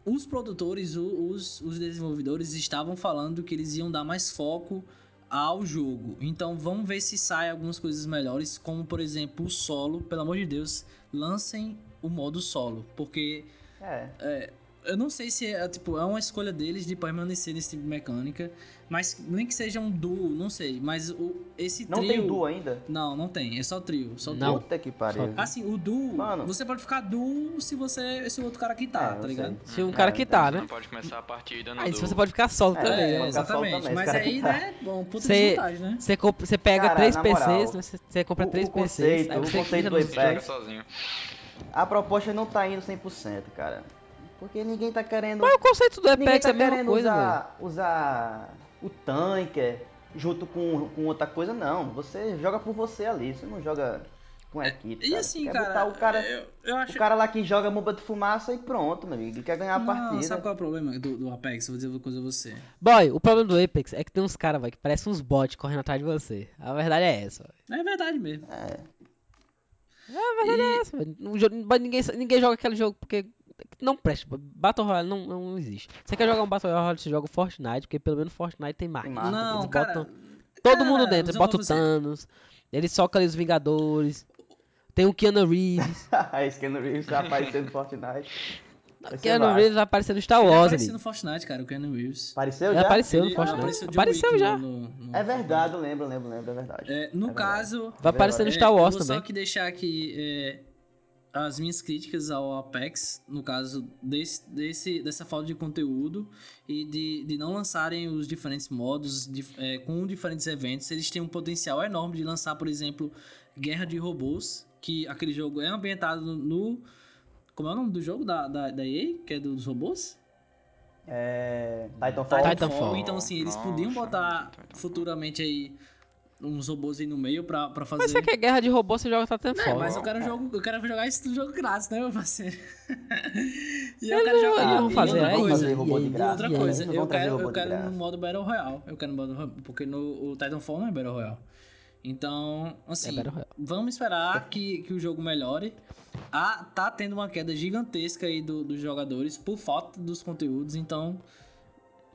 os produtores, o- os, os desenvolvedores estavam falando que eles iam dar mais foco ao jogo. Então vamos ver se sai algumas coisas melhores, como por exemplo o solo. Pelo amor de Deus, lancem o modo solo, porque
É.
eu não sei se é, tipo, é uma escolha deles de permanecer nesse tipo de mecânica, mas nem que seja um duo, não sei, mas o, esse
Não
trio...
tem duo né? ainda?
Não, não tem, é só trio, só
Não.
trio.
Puta que pariu.
Assim, o duo,
Mano.
você pode ficar duo se você se o outro cara quitar,
É, eu
tá
sei.
ligado?
Se um
Hum,
cara
é,
que tá,
Você não
né?
pode começar a partida no
Aí se
duo.
você pode ficar solo
É,
também, né?
pode ficar solo
exatamente.
também,
Mas
tá cara
aí,
que tá.
né, bom, puta
Cê-
desvantagem, né?
Você, comp- você pega
Cara,
três
na
PCs,
moral,
né? você, você compra
o-
três
o
PCs,
conceito-
aí
o
você
conceito
clica
do
nos
Você
Apex-
joga
dois.
sozinho.
A proposta não tá indo 100%, cara. Porque ninguém tá querendo.
Mas o conceito do
ninguém
Apex
tá
é a mesma
querendo
coisa, velho.
usar, usar o tanker junto com, com outra coisa, não. Você joga por você ali, você não joga com a equipe.
E
cara.
assim,
É, Quer
cara,
botar o cara,
eu, eu acho
o cara lá que joga bomba de fumaça e pronto, meu amigo. Ele quer ganhar a
não,
partida.
Sabe qual é o problema do, do Apex? Eu vou dizer uma coisa a você.
Boy, o problema do Apex é que tem uns caras, velho, que parecem uns bots correndo atrás de você. A verdade é essa, velho.
É verdade mesmo.
A verdade é essa, velho. Um jogo- mas Ninguém, ninguém joga aquele jogo porque não presta. Battle Royale não, não existe. Você quer jogar um Battle Royale, você joga o Fortnite, porque pelo menos Fortnite tem marca.
Tem marketing,
não,
eles
cara.
botam todo
cara, é-
mundo
eu
dentro. Ele
vou
bota o
dizer pra
Thanos, ele soca ali os Vingadores, tem o Keanu Reeves.
Aí Keanu Reeves tá aparecendo no Fortnite. é Vai ser
Keanu
massa.
Reeves vai aparecer no Star
Ele é
Wars
apareceu
ali.
tá no Fortnite, cara, o Keanu Reeves.
Apareceu
Ele
já?
É, apareceu no
Ele-
Fortnite.
o John
Apareceu
Wick
já.
né, no- no- no-
É verdade, eu lembro, eu lembro, eu lembro, é verdade.
É, no
É
caso,
Vai aparecer no
É,
Star Wars
eu vou
também.
Só que deixar aqui é, as minhas críticas ao Apex, no caso desse, desse- dessa falta de conteúdo e de, de não lançarem os diferentes modos dif- é, com diferentes eventos. Eles têm um potencial enorme de lançar, por exemplo, Guerra de Robôs, que aquele jogo é ambientado no. no- como é o nome do jogo da, da, da EA? Que é dos robôs?
É... Titanfall.
Titanfall.
Então, assim, eles
Nossa,
podiam botar
muito Titanfall.
futuramente aí uns robôs aí no meio pra, pra fazer.
Mas você quer é guerra de robô, você joga
É,
Titanfall.
mas
né?
eu quero, jogo, eu quero jogar esse jogo grátis, né, meu parceiro? E eu
Eles
quero jogar.
não- eles não
Ah, e
vão fazer,
outra
é isso,
coisa,
fazer robô de
e
graça,
outra
né?
coisa,
Eles não
eu
vão trazer
quero,
robô
eu
de
quero um
graça.
no modo Battle Royale. Eu quero no modo Royale, porque no, o Titanfall não é Battle Royale. Então, assim,
É Battle Royale.
vamos esperar que, que o jogo melhore. Ah, tá tendo uma queda gigantesca aí do- dos jogadores por falta dos conteúdos, então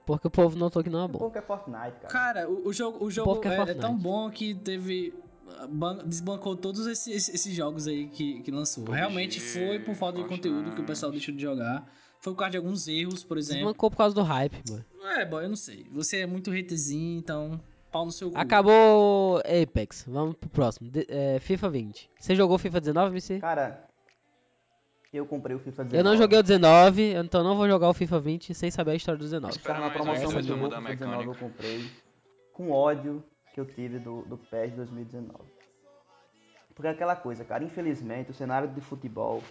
Porque o povo notou que não é
O
bom.
povo quer Fortnite, cara.
Cara, o, o jogo, o jogo
Poker
é, é
Fortnite.
tão bom que teve. ah, ban- Desbancou todos esses, esses- esses jogos aí que, que lançou.
PUBG,
Realmente foi por falta de conteúdo que o pessoal deixou de jogar. Foi por causa de alguns erros, por exemplo.
Desmancou por causa do hype, mano.
É, boy, eu não sei. Você é muito hatezinho, então. Pau no seu cu.
Acabou Apex. Vamos pro próximo. De- é, FIFA 20. Você jogou FIFA 19, MC?
Cara, eu comprei o FIFA Tá 19.
Eu não joguei o 19, então não vou jogar o FIFA 20 sem saber a história do 19.
Estava na
Espera mais
promoção
uns dois
do
pra mudar a
FIFA 19 eu
mecânica.
comprei. Com ódio que eu tive do, do PES 2019. Porque é aquela coisa, cara, infelizmente o cenário de futebol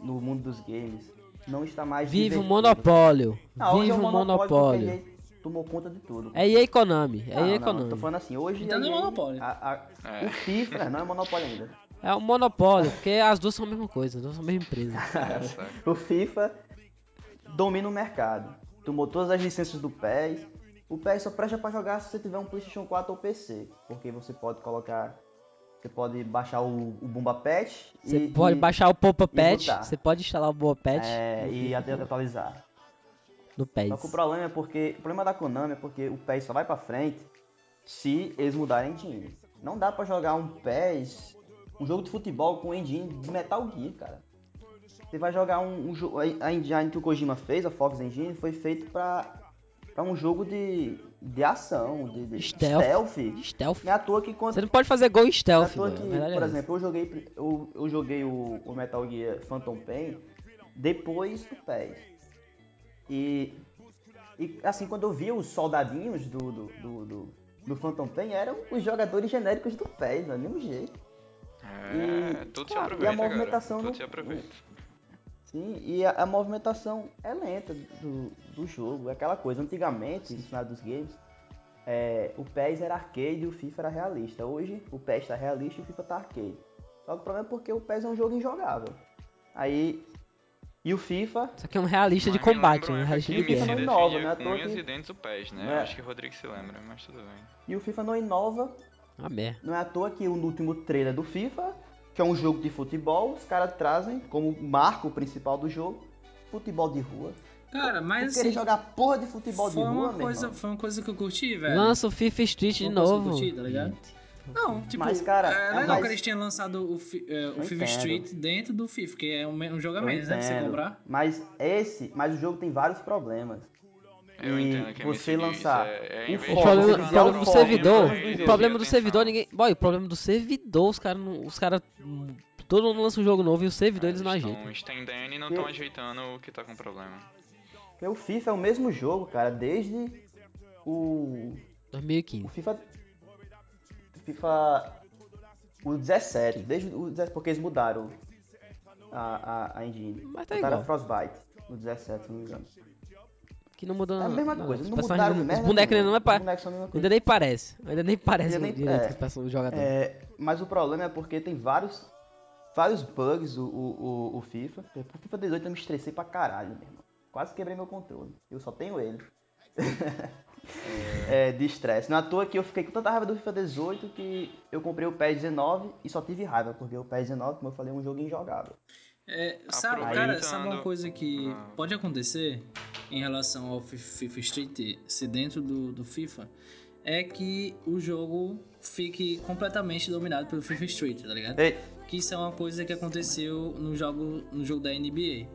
no mundo dos games não está mais
Vive o
divertido.
monopólio.
Ah, hoje
Vive
é
o
porque a
monopólio.
EA tomou conta de tudo.
É EA Konami. É
não,
EA
não, eu tô
Konami.
falando assim, hoje
Então
a
não é
EA,
monopólio.
a- a-
É.
o FIFA né, não é monopólio ainda.
É um monopólio, porque as duas são a mesma coisa, as duas são a mesma empresa.
é, saca.
O FIFA domina o mercado. Tomou todas as licenças do PES. O PES só presta pra jogar se você tiver um PlayStation 4 ou PC, porque você pode colocar, você pode baixar o, o Bomba Patch
Você
e-
pode
e-
baixar o Popa Patch,
botar.
você pode instalar o Boa Patch
é, e atu- atualizar.
no
Só que o
PES.
problema é porque o problema da Konami é porque o PES só vai pra frente se eles mudarem engine. Não dá pra jogar um PES, um jogo de futebol com engine de Metal Gear, cara. Você vai jogar um, um jogo, a engine que o Kojima fez, a Fox Engine, foi feito pra, pra um jogo de, de ação, de, de
Stealth.
stealth.
Stealth.
Não é à toa que quando
Você não pode fazer gol em
à
stealth,
toa
mano.
que,
a verdade
por
é essa.
exemplo, eu joguei, pri- eu, eu joguei o, o Metal Gear Phantom Pain depois do PES. E, e, assim, quando eu via os soldadinhos do, do, do, do, do Phantom Pain, eram os jogadores genéricos do PES, não é nenhum jeito.
É,
E-
tudo se
claro, e a
aproveita,
movimentação
cara.
não-
Tudo se aproveita.
Sim, e a, a movimentação é lenta do, do jogo, é aquela coisa. Antigamente, no final dos games, é, o PES era arcade e o FIFA era realista. Hoje, o PES está realista e o FIFA está arcade. Só que o problema é porque o PES é um jogo injogável. Aí, e o FIFA,
Isso aqui é um realista de
Mas me
combate,
lembra
um
uma
realista
época
de
que
Isso
MC
não
guerra.
defendia
inova, né? À
Com
toa
unhas
que-
e dentes o pés, né?
Não é.
Eu Acho que o Rodrigo se lembra, mas tudo bem.
e o FIFA não inova
Uma merda.
Não é à toa que no último trailer do FIFA, que é um jogo de futebol, os caras trazem como marco principal do jogo futebol de rua.
Cara, mas
Tu queria
assim,
jogar porra de futebol de
foi,
rua,
uma
meu
coisa,
irmão?
foi uma coisa que eu curti, velho.
Lança o FIFA Street de
Uma coisa que eu
novo.
curti, tá ligado?
Gente. um
Não, tipo,
Mas, cara,
é
é
legal
mais-
que eles tenham lançado o, fi- é, o
Eu
FIFA
entendo.
Street dentro do FIFA, que é um, me- um jogo a
Eu
menos, né? Pra você
entendo.
comprar.
Mas esse, mas o jogo tem vários problemas.
Eu
E
entendo que
você
MSX
lançar
é, é
um
investir
O
Foco,
no
problema,
tem
o
que
canal
dar
problema
um
pra
do
foco,
servidor,
tem
ele
que dar um
o problema do
atenção.
servidor, ninguém. Boy, o problema do servidor, os caras não. Os caras. Todo mundo lança um jogo novo e o servidor eles não
Estão
ajeitam.
estendendo e não
Eu-
estão ajeitando o que tá com problema.
Porque o FIFA é o mesmo jogo, cara, desde o, o
2015.
FIFA FIFA o 17, desde o 17, porque eles mudaram a, a, a engine.
Mas tá
Botaram a
igual.
Frostbite no 17, se não me engano.
Que não mudou
É a
nada.
mesma
Ah, Não,
coisa,
os
não
personagens
mudaram
não-
merda
Os bonecos ainda
nenhuma,
não é
os
pa-
bonecos são a mesma coisa.
Ainda nem parece. Ainda nem parece um
Ainda nem-
direito
é.
os personagens do jogador.
É, mas o problema é porque tem vários, vários bugs o, o, o- o FIFA. O FIFA 18 eu me estressei pra caralho, meu irmão. Quase quebrei meu controle. Eu só tenho ele. É, de estresse. Não é à toa que eu fiquei com tanta raiva do FIFA 18 que eu comprei o PES 19 e só tive raiva, porque o PES 19, como eu falei, é um jogo injogável.
É, sabe, cara, sabe uma
Aproveitando-
coisa que
Ah.
pode acontecer em relação ao Fi- FIFA Street, se dentro do, do FIFA, é que o jogo fique completamente dominado pelo FIFA Street, tá ligado?
Ei,
que isso é uma coisa que aconteceu no jogo, no jogo da NBA.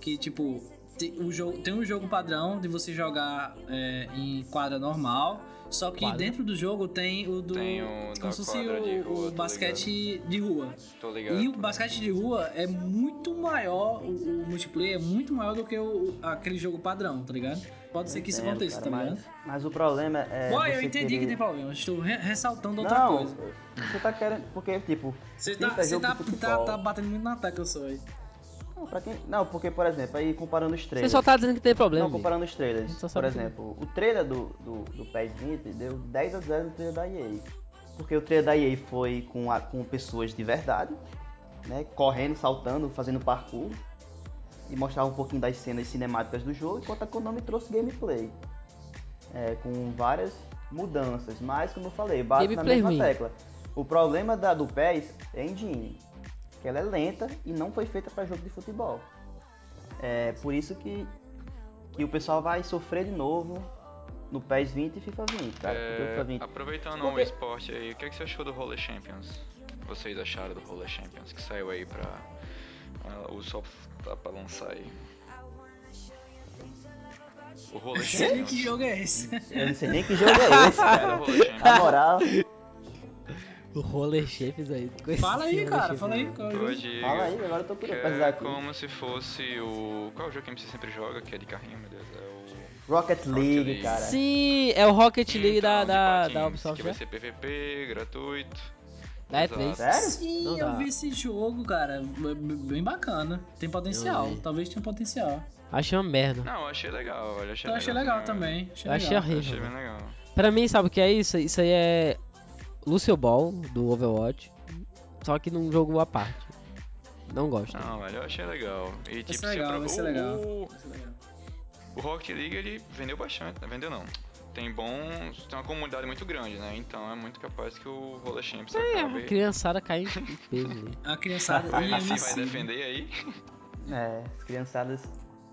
Que, tipo, tem, o jogo, tem um jogo padrão de você jogar é, em quadra normal, só que
Quadra.
dentro do jogo tem o do...
Tem o da
como se fosse
quadra de
o-
rua, tá
o
tô
basquete de rua.
Tô ligado.
E o basquete de rua é muito maior, o, o multiplayer é muito maior do que o, o- aquele jogo padrão, tá ligado? Pode ser que isso
entendo,
aconteça,
É, cara,
tá ligado?
mas, mas o problema é.
Bom, eu
você
entendi
querer-
que tem problema, estou re- ressaltando outra
Não,
coisa.
você tá querendo. Porque, tipo.
Você
FIFA
tá,
é
você
jogo
tá,
de
tá,
futebol.
tá batendo muito na tecla só aí.
Não, pra quem... não, porque, por exemplo, aí comparando os
Você
trailers.
só tá dizendo que tem problema.
Não, comparando os trailers. Por
Só sabe que-
exemplo, o trailer do, do, do PES 20 deu 10 a 0 no trailer da EA. Porque o trailer da EA foi com, a- com pessoas de verdade, né? Correndo, saltando, fazendo parkour. E mostrava um pouquinho das cenas cinemáticas do jogo, enquanto a Konami trouxe gameplay. É, com várias mudanças, mas como eu falei, bate na
Gameplay
mesma
ruim.
tecla. O problema da, do PES é a engine, que ela é lenta e não foi feita para jogo de futebol. É por isso que, que o pessoal vai sofrer de novo no PES 20 e FIFA 20, cara. porque o
É,
FIFA 20
aproveitando
Porque-
o esporte aí, o que, é que você achou do Roller Champions? Vocês acharam do Roller Champions que saiu aí pra. ah, o Usopp tá pra lançar aí. O Roller Champions.
Que jogo é esse?
Eu não sei nem que jogo é esse,
Era o
cara.
Roller Champions.
Na moral,
O Roller Shapes aí.
Fala aí, cara, fala aí. qual é o
Eu
jogo?
digo
fala aí, agora eu tô
Que
curioso pra dizer
é
aqui.
como se fosse o. Qual é o jogo que a MC sempre joga? Que é de carrinho, meu Deus. É o.
Rocket League,
League.
cara.
Sim, é o Rocket League da,
Então, de
da,
patins,
da
Que
Ubisoft,
vai
né?
ser PVP, gratuito.
Da
Exato.
E3.
Sério?
Sim,
Não
eu
dá.
vi esse jogo, cara. b- b- Bem bacana. Tem potencial.
Eu vi.
Talvez tenha potencial.
Achei uma merda.
Não, eu achei legal, olha. Achei
Eu achei legal
assim,
também.
Eu achei
legal.
eu
horrível.
Achei
velho.
bem legal.
Pra mim, sabe o que é isso? Isso aí é Lucio Ball, do Overwatch, só que num jogo à parte. Não gosto.
Ah,
Não, velho, eu achei legal. E tipo,
ser
se
legal,
apro-
vai ser
o-
legal.
O, o Rocket League ele vendeu bastante, né? Vendeu não. Tem bons. Tem uma comunidade muito grande, né? Então é muito capaz que o Roller Champs
É,
acabe.
a criançada cai em em peso. né?
A criançada. e
Assim vai
MC.
defender aí.
É, as criançadas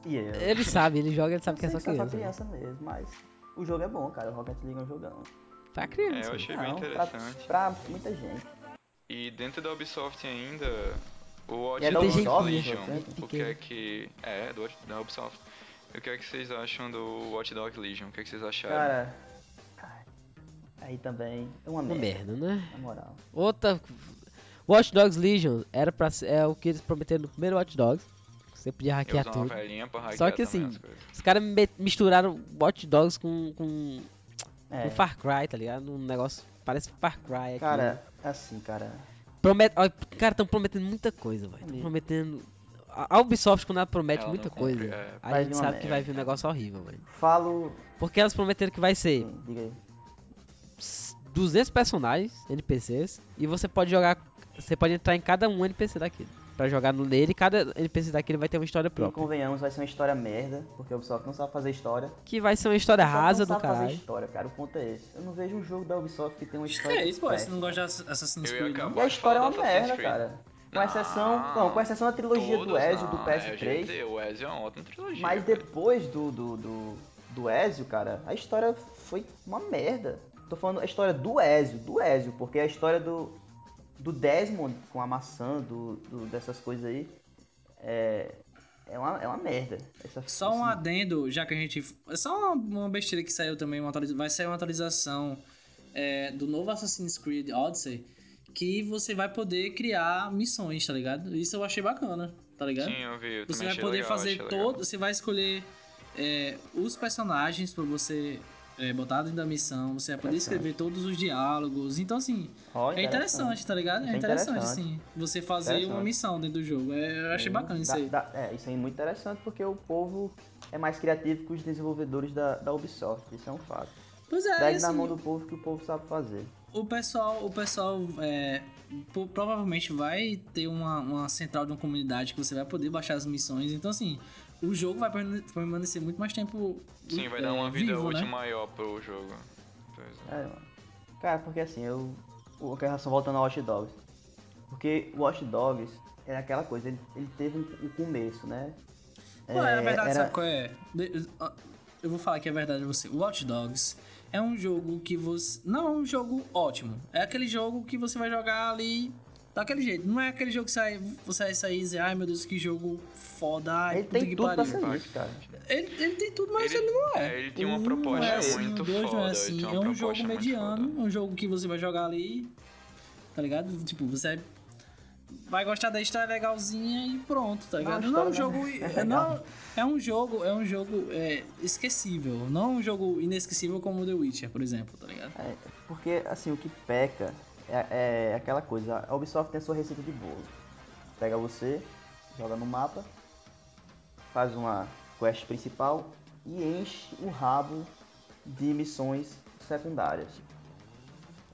e eu.
Ele sabe, ele joga, ele sabe que é
Eu
só
sei que
criança. né?
criança mesmo, mas o jogo é bom, cara. O Rocket League é um jogão.
Pra
É, eu
Tá criança.
achei bem
Não, pra-
interessante.
Pra, muita gente.
E dentro da Ubisoft ainda, o
E
Watch
é da
Dogs
Ubisoft,
Legion,
né?
o que é que... É, do, Watch- da Ubisoft. O que é que vocês acham do Watch Dogs Legion? O que é que vocês acharam?
Cara. ai, Aí também é uma
Uma
merda,
merda, né?
na moral.
Outra. Watch Dogs Legion era pra ser, é o que eles prometeram no primeiro Watch Dogs. Você podia
eu
é
hackear
usava uma
tudo.
velhinha pra hackear
Só que
também
assim,
as coisas.
os caras me- misturaram Watch Dogs com, com,
É,
com Far Cry, tá ligado? Um negócio. Parece Far Cry aqui.
cara, assim, cara.
Promet... ó, Cara, estão prometendo muita coisa, velho. Tão
Amigo.
prometendo. A a Ubisoft, quando ela promete
Ela
muita
não cumpre,
coisa,
é.
a
Vai
gente
vir uma
sabe que
merda.
vai vir um negócio horrível, velho.
Falo.
Porque elas prometeram que vai ser
Sim, diga aí.
s- 200 personagens, NPCs, e você pode jogar. Você pode entrar em cada um NPC daquele. Pra jogar no nele, e cada NPC daquele vai ter uma história
E
própria.
convenhamos, vai ser uma história merda, porque o Ubisoft não sabe fazer história.
Que vai ser uma história
O Ubisoft não
rasa do
sabe fazer
caralho.
história, cara. O ponto é esse. Eu não vejo um jogo da Ubisoft que tem uma
Que
história.
é isso, pô?
que
Você não gosta de Assassin's
Eu ia
Creed, não?
acabar.
E a
Pode
história é
falar
uma
do Assassin's
merda,
Creed.
cara. Com exceção. Não, com exceção da trilogia do
Todos
Ezio do
não, é,
PS3.
gente, o Ezio é uma ótima trilogia.
Mas
velho.
depois do, do, do, do Ezio, cara, a história foi uma merda. Tô falando a história do Ezio, do Ezio, porque a história do, do Desmond com a maçã, do, do- dessas coisas aí, é, é, uma, é uma merda. Essa,
Só um
esse-
adendo, já que a gente. é Só uma, uma besteira que saiu também, uma atualiza- vai sair uma atualização é, do novo Assassin's Creed Odyssey que você vai poder criar missões, tá ligado? Isso eu achei bacana, tá ligado?
Sim, eu vi. eu
Você
também
vai
achei
poder
legal,
fazer
achei legal.
todo. Você vai escolher é, os personagens pra você é, botar dentro da missão. Você vai poder escrever todos os diálogos. Então, assim,
Ó,
é interessante, tá ligado? É
É
interessante, assim.
interessante.
Você fazer uma
Interessante.
missão dentro do jogo. É, eu achei
Sim,
bacana isso
dá-
aí.
dá- é, isso aí é muito interessante porque o povo é mais criativo que os desenvolvedores da, da Ubisoft, isso é um fato.
Pois é,
Pegue
e
na
assim,
mão do povo que o povo sabe fazer.
O pessoal, o pessoal é, po- provavelmente vai ter uma, uma central de uma comunidade que você vai poder baixar as missões. Então, assim, o jogo vai permane- permanecer muito mais tempo.
Sim, vai
é,
dar uma vida
vivo,
útil
né?
maior pro jogo. Pois é.
É, mano. Cara, porque assim, eu. O que só voltando ao Watch Dogs. Porque o Watch Dogs era aquela coisa, ele, ele teve um, um começo, né?
Pô, é, na verdade,
era-
sabe qual é? De- ah, Eu vou falar que é verdade pra você. O Watch Dogs é um jogo que você. Não é um jogo ótimo. É aquele jogo que você vai jogar ali daquele jeito. Não é aquele jogo que você vai, você vai sair e dizer, ai meu Deus, que jogo foda. Ai,
ele
puta
tem
que
tudo pra
pariu.
ser isso, cara.
Ele, ele tem tudo, mas ele, não é.
é, ele tinha uma
Um
proposta
não é assim,
muito
o dois não
foda,
é,
ele
assim.
tinha
é um
uma proposta
jogo
muito
mediano, um jogo que você vai jogar ali, tá ligado? Tipo, você vai gostar da história legalzinha e pronto, tá
Não, a
ligado? Não é um
história
jogo.
é
não,
legal.
é um jogo, é um jogo é, esquecível. Não é um jogo inesquecível como The Witcher, por exemplo, tá ligado?
É, porque, assim, o que peca é, é aquela coisa, a Ubisoft tem a sua receita de bolo. Pega você, joga no mapa, faz uma quest principal e enche o rabo de missões secundárias.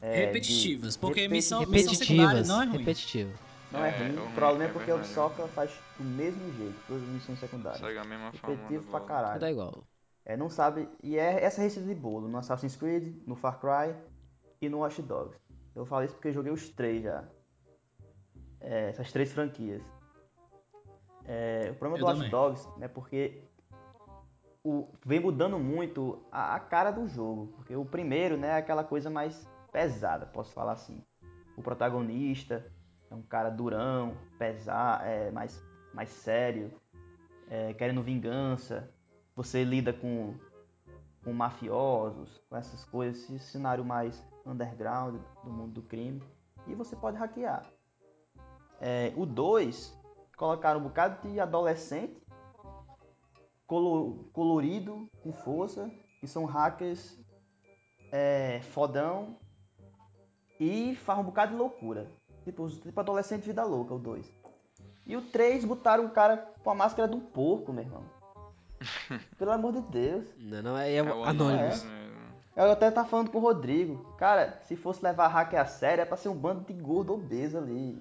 É, de-
Repetitivas, porque missão- missão secundária
Repetitivas.
não é ruim.
Repetitivo.
Não é,
É,
ruim,
é
o
ruim,
problema é
é
porque o
verdade.
Ubisoft ela faz do mesmo jeito, todas as missões
foda.
secundárias.
Segue a mesma fórmula. do
Repetitivo pra
bolo.
Tudo é
caralho.
igual.
É, não sabe. E é essa receita de bolo no Assassin's Creed, no Far Cry e no Watch Dogs. Eu falo isso porque eu joguei os três já. É, essas três franquias. É, o problema
Eu
do Watch
também.
Dogs é porque o, vem mudando muito a, a cara do jogo. Porque o primeiro, né, é aquela coisa mais pesada, posso falar assim. O protagonista é um cara durão, pesar, é, mais, mais sério, é, querendo vingança. Você lida com, com mafiosos, com essas coisas, esse cenário mais underground do mundo do crime. E você pode hackear. É, o 2 colocaram um bocado de adolescente colo- colorido, com força, que são hackers é, fodão e faz um bocado de loucura. Tipo, os- tipo adolescente vida louca, o 2. E o 3 botaram o cara com a máscara de um porco, meu irmão. Pelo amor de Deus.
Não, não é, é
É o
anônimos.
Anonymous
É.
mesmo.
Eu até tava falando com o Rodrigo. Cara, se fosse levar hack a sério, é pra ser um bando de gordo obeso ali.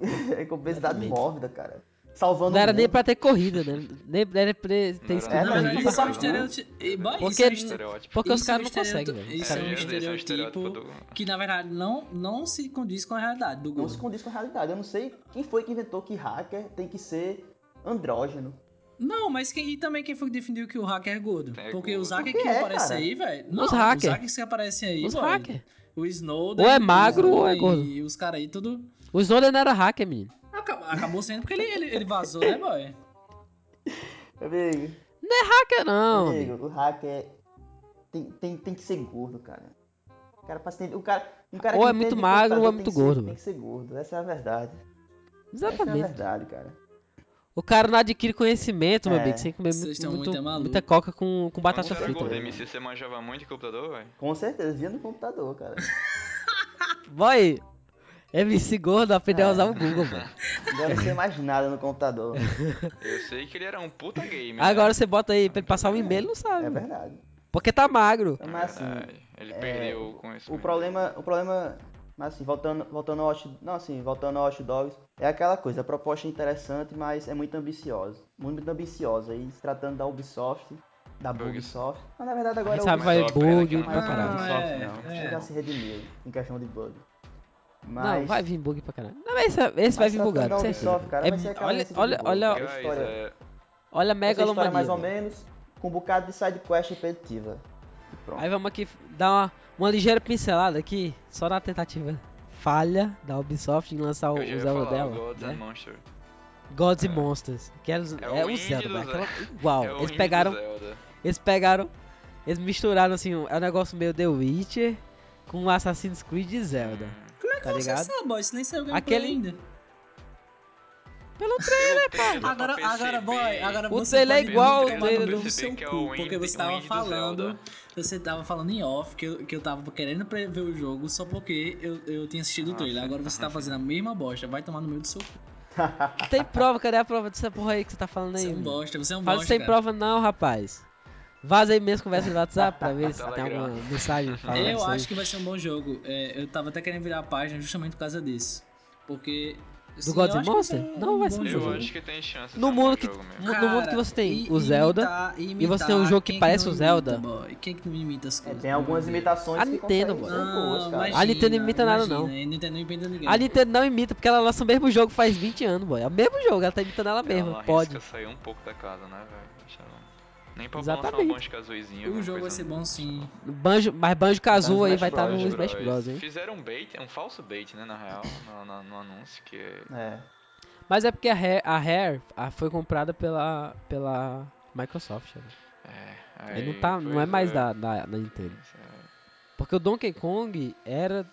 Com obesidade
Exatamente.
mórbida, cara. Salvando
Não era
o
nem
mundo.
pra ter corrida, né? Nem não era pra ter
Não era
escrito
nada.
Na verdade,
corrida.
isso é um
Não.
estereotipo. e, boy, isso
Porque-
é um estere-
Estereótipo.
Porque os
Isso é
caras
um
não conseguem,
estereotipo-
velho.
isso
Os
é
caras
um
eu
não
sei, esse é o estereótipo
estereotipo
do-
Ah,
que na verdade não, não se condiz com a realidade do
Não se
Google.
condiz com a realidade. Eu não sei quem foi que inventou que hacker tem que ser andrógeno.
Não, mas quem, e também quem foi que definiu que o hacker é gordo?
É
Porque
gordo.
os hackers
Por
que
que é,
aparecem
cara?
aí, velho. não,
hacker.
Os hackers que aparecem aí,
Os
boy,
hacker.
O Snowden.
Ou é
o
magro ou é
Snowden
gordo.
E os caras aí tudo.
O Snowden não era hacker, menino.
Acabou, acabou sendo porque ele, ele, ele vazou, né, boy?
Amigo,
Hacker não. amigo.
amigo, o hacker é- tem, tem, tem que ser gordo, cara. O cara, pra ser- o cara, um cara
Ou
que
é muito
entende de
magro ou é
computador tem
muito
que ser-
gordo,
Tem que ser gordo, essa é a verdade. Essa é a
Exatamente.
verdade, cara.
O cara não adquire conhecimento, meu
É.
amigo, sem comer
Vocês
muito,
tão muito
muito-
é maluco.
muita coca com, com
Quando
batata
você era
frita.
gordo,
velho.
MC, você manjava muito de computador, velho?
Com certeza, via no computador, cara.
Boy, MC gordo aprendeu a
É.
usar o Google, velho.
Não deve ser mais nada no computador. É
Eu sei que ele era um puta gamer. né?
Agora você bota aí pra ele passar um e-mail, ele não sabe.
É
velho.
verdade.
porque tá magro.
Na
Ah,
Mas assim,
verdade, Ele
É,
perdeu o conhecimento.
O problema, o problema, mas assim, voltando, voltando ao Watch, não assim, voltando ao Watch Dogs, é aquela coisa, a proposta é interessante, mas é muito ambiciosa, muito ambiciosa e se tratando da Ubisoft, da
Bugs.
Ubisoft. Mas na verdade
A
agora
gente
é
sabe
Ubisoft,
fazer
Ubisoft, né,
bug um
que é
pra
mas
uma-
não é
caralho.
Ah,
Ubisoft
é,
não.
é.
Já se redimiu em questão de bug. Mas
Não, vai vir bug pra caralho. Não, mas esse, esse vai
mas tá
vir
só
bugado,
da
com
Ubisoft,
certeza.
cara,
É
vai ser
bi-
aquela
olha,
receita de
olha,
bug.
olha,
Eu-
Guys,
história.
é,
olha a
essa história
megalomania.
mais ou
velho.
menos, com um bocado de side quest repetitiva. E pronto.
Aí vamos aqui dar uma, uma ligeira pincelada aqui, só na tentativa falha da Ubisoft em lançar o,
eu
o
já ia
Zelda
falar,
dela.
Gods
né?
and Monsters.
Gods and Monsters. Que é, os-
É o
é o
indie
Zelda,
do
velho.
Zelda.
aquela- Igual.
É o é.
eles
indie do
pegaram.
Zelda.
Eles pegaram. Eles misturaram assim, um- é um negócio meio The Witcher com Assassin's Creed e Zelda.
Hum.
Como é que
Tá
você
ligado?
sabe, ó? Isso nem saiu gameplay
Aquele-
ainda.
Pelo
Pelo
trailer, dá
Agora,
pra
agora,
perceber-
boy, agora
O
você
trailer é
pode
igual ao
tomar no
trailer
cu
do-
seu
que é
cu,
o
porque
indie-
você
o
tava
indie do
falando,
Zelda.
você tava falando em off que eu, que eu tava querendo pre- ver o jogo só porque eu, eu tinha assistido o
Ah,
trailer.
sim.
Agora você tá fazendo a mesma bosta, vai tomar no meio do seu cu.
Não tem prova, cadê a prova dessa porra aí que você tá falando aí?
Você é um
menino?
bosta, você é um
Fala
bosta.
sem
cara.
prova não, rapaz. Vaza aí mesmo conversa do WhatsApp pra ver se tem
Telegram.
alguma mensagem falando
Eu
isso aí.
acho que vai ser um bom jogo. É, eu tava até querendo virar a página justamente por causa disso. Porque. assim,
Do God
eu
of
acho que vai ser
Monster? Não, vai ser um
bom
bom
Eu
jogo.
acho que tem chance de
No
ser um
mundo
bom
que-
jogo mesmo.
no- mundo que você tem o
i-
Zelda,
imitar-
e você tem um
imitar,
jogo que
quem é
parece
não
o Zelda?
Imita, boy? Quem é que não imita as
É,
coisas?
tem algumas
Meu Deus.
imitações
A
que
Nintendo,
conseguem
boy.
ser boas, cara.
imagina, A Nintendo não imita nada, não.
imagina, A Nintendo não imita ninguém.
A Nintendo não imita, porque ela lança o mesmo jogo faz 20 anos, boy. É o mesmo jogo, ela tá imitando ela
Ela não
mesma.
arrisca
Pode.
sair um pouco da casa, né, velho? Deixa ela- Nem pra lançar um
Exatamente.
monte de casuizinho.
o jogo vai ser bom sim.
Banjo, mas Banjo Kazoo
Tá no
aí vai estar
Smash
no
Bros.
Smash Bros, hein?
Fizeram um bait, é um falso bait, né, na real, no, no- no anúncio, que é...
É.
Mas é porque a Rare, a Rare a- foi comprada pela, pela Microsoft. né?
é,
Aí
aí,
não, tá, não é
pois
mais da, da, da Nintendo.
É,
Porque o Donkey Kong era.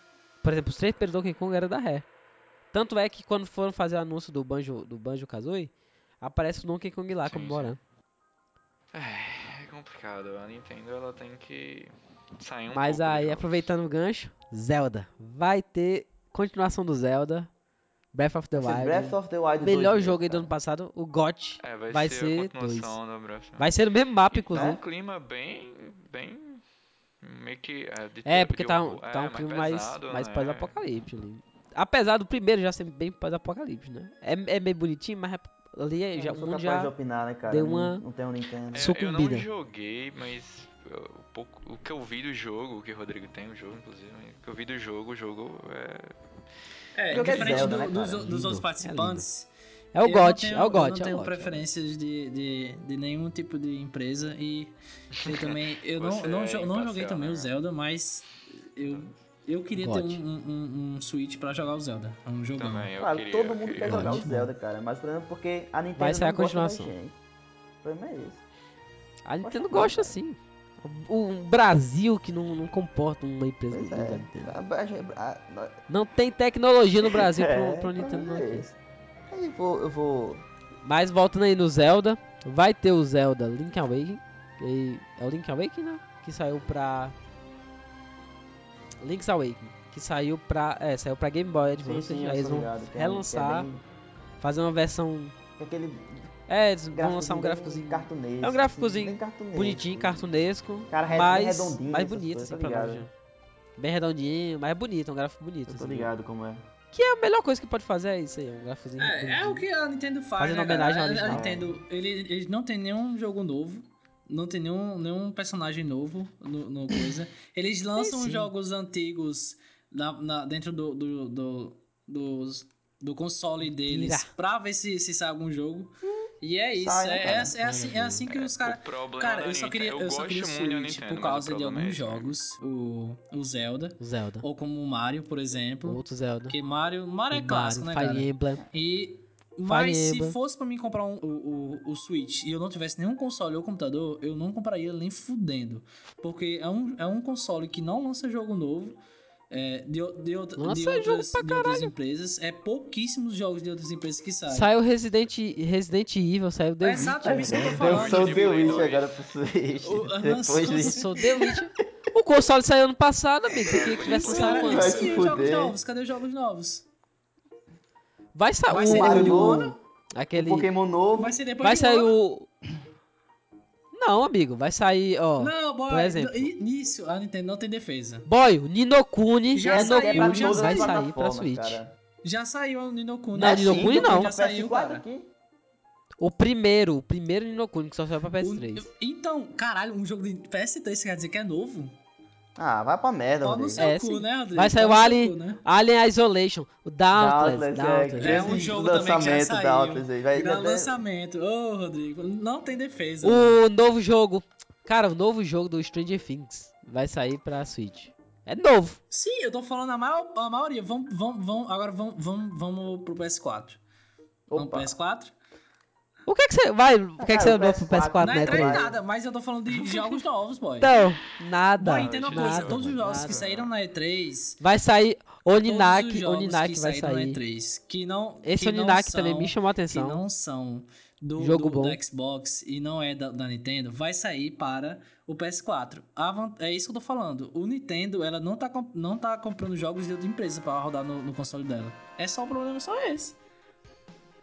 Por exemplo, os três primeiros Donkey Kong eram da Rare. Tanto é que quando foram fazer o anúncio do Banjo, do Banjo Kazooie, aparece o Donkey Kong lá
Sim,
comemorando.
é complicado, a Nintendo, ela tem que sair um pouco
Mas
dos
aí, é
jogos.
aproveitando o gancho, Zelda. Vai ter continuação do Zelda. Breath of the
Vai ser
Wild.
Breath of the Wild
melhor
2
jogo aí do
cara.
ano passado, o GOT.
É, vai,
vai
ser,
ser
a continuação da Breath of the
Vai ser né? no mesmo mapa,
E Tá um
inclusive.
clima bem. bem. meio que. É, de
É,
ter-
porque
de
tá um,
horror.
tá um
É,
clima mais,
pesado,
mais
né?
pós-apocalipse ali. Apesar do primeiro já ser bem pós-apocalipse, né? É, é meio bonitinho, mas ali é,
Eu
já,
não
o
sou
mundo
capaz
já...
de opinar, né, cara?
deu
Eu não-
uma-
Não tenho Nintendo.
É, Eu
Sucumbida.
não joguei, mas eu- o, pouco, o que eu vi do jogo, o que o Rodrigo tem, o jogo, inclusive, o que eu vi do jogo, o jogo é.
É,
Jogo é
diferente
Zelda,
do-
né,
dos,
cara?
dos
Lindo.
outros
É
participantes.
É o
eu não
GOT,
tenho-
é o GOT,
Eu não
é o
tenho
GOT.
preferências de, de, de nenhum tipo de empresa e eu também. Eu não,
Você
não,
é
jo- não
imparcial,
joguei também
né,
o
cara?
Zelda, mas eu, eu queria ter
Gote.
um, um, um- um Switch pra jogar o Zelda. É um jogão.
Também, eu
Claro,
queria.
todo
eu
mundo
queria.
quer jogar o
Ótimo.
Zelda, cara. Mas o problema é porque a Nintendo
Vai sair
não
a
gosta da
continuação.
gente. O problema é esse.
A Nintendo
Gosta
gosta
muito,
sim. O o Brasil que não, não comporta uma empresa
Pois
do
é.
da Nintendo.
A- a gente- a- a-
Não tem tecnologia no Brasil
É,
pro, pro Nintendo não
pois é.
crescer.
Aí vou, eu vou.
Mas voltando aí no Zelda, vai ter o Zelda Link Awakening. que É o Link Awakening, né? Que saiu pra... Link's Awakening. Que saiu pra... É, saiu pra Game Boy
Sim,
Advance.
sim, eu
aí eles
tô
vão
ligado. que é- que é
relançar,
bem-
fazer uma versão...
que é aquele
É, eles vão
gráficozinho
lançar um
bem
gráficozinho
cartunesco.
É um gráficozinho
assim, bem cartunesco.
bonitinho, cartunesco.
Cara, re- bem
mais,
redondinho,
mais
essas
bonito,
coisas,
assim,
tá
pra nós.
ligado?
já. Bem redondinho, mas é bonito, é um gráfico bonito.
Eu tô
assim.
ligado como é.
Que é a melhor coisa que pode fazer, é isso aí, um gráficozinho.
É, é o
bonitinho.
que a Nintendo faz.
Fazendo
né, cara?
homenagem ao
A- A
original.
Nintendo, ele, ele não tem nenhum jogo novo. Não tem nenhum, nenhum personagem novo no, no coisa. Eles lançam
sim.
jogos antigos na, na- dentro do, do, do, dos- do console deles
Mentira.
pra ver se, se sai algum jogo.
Hum.
E é isso.
Sai, né,
é,
cara?
é assim, é assim que os caras.
O problema
Cara,
da
eu só
Nintendo-
queria, eu só
gosto
queria o
muito da
Switch
Nintendo,
por
mas o
causa de
problema é
alguns
esse, né?
jogos. O, o Zelda.
O Zelda.
Ou como o Mario, por
O
exemplo.
outro Zelda.
Porque Mario, Mario é
o
clássico, né,
Mario,
cara?
Fire Emblem.
E mas se
Emblem.
fosse pra mim comprar um- o, o, o Switch e eu não tivesse nenhum console ou computador, eu não compraria nem fudendo. Porque é um, é um console que não lança jogo novo. é, de, o- de, outra- de
Lança jogo
outras,
pra
de outras empresas. É pouquíssimos jogos de outras empresas que saem.
Saiu Resident, Resident Evil, saiu The
É
Witcher.
exatamente isso que eu tô
Eu
falando. tipo,
sou
de
The
Play
Witch
dois.
agora pro Switch.
O-
Depois
lançou-
Eu
disso.
sou The Witcher. O console saiu ano passado, amigo. Se tivesse
Os
Os
saído
caras
vai
nem
se
quando?
lançam jogos
fuder.
novos. Cadê os jogos novos?
Vai sair
Vai
o,
sair
Mario
depois de um ano?
novo, um
aquele
Pokémon novo.
Vai ser depois
Vai
de um
sair
ano?
o Não, amigo, vai sair, ó.
Não, boy.
por exemplo.
e- Nisso, a Nintendo não tem defesa.
Boy, o Ninokuni,
Já saiu,
Essa é pra
já
Ninokuni
todas
vai
as
saiu.
sair pra
plataformas,
Switch.
cara. É assim,
Já saiu o Ninokuni.
Não,
né?
o Ninokuni
Ninokuni
não.
Já saiu,
PS4
cara.
aqui.
O primeiro, o primeiro Ninokuni que só saiu pra PS3.
O- Então, caralho, um jogo de PS3 quer dizer que é novo?
Ah, vai pra merda,
Pau no
Rodrigo.
seu
É,
cu,
sim.
né, Rodrigo?
Vai sair
Pau
o
no seu
Alien,
cu, né?
Alien Isolation, o Dauntless,
Dauntless,
Dauntless.
É um
Esse
jogo também que já
lançamento,
saiu.
Dauntless aí, vai-
Gran
ainda tem-
lançamento. Ô, Rodrigo, não tem defesa.
O novo jogo, cara, o novo jogo do Stranger Things vai sair pra Switch. É novo.
Sim, eu tô falando a, maior, a maioria. Vamos, vamos, vamos, agora vamos, vamos, vamos pro PS4. Vamos pro
Opa.
PS4?
O que é que você vai? O que é que
Cara,
você
o
andou pro PS4
não
Não
né,
é
entra em
Trey?
nada, mas eu tô falando de jogos novos, boy.
Então, nada.
boy, entenda uma coisa,
nada,
todos os jogos
nada.
que saíram na E3,
Vai sair
todos
Oninak,
os jogos
Oninak
que
vai
saíram na
sair.
E3, que não
Esse
que não
Oninak
são-
também me chamou a
que
atenção.
não são do,
Jogo
do-
bom.
do Xbox e não é da, da Nintendo, vai sair para o PS4. A van- é isso que eu tô falando. O Nintendo, ela não tá, comp- não tá comprando jogos de outra empresa pra rodar no, no console dela. É só o problema, é só esse.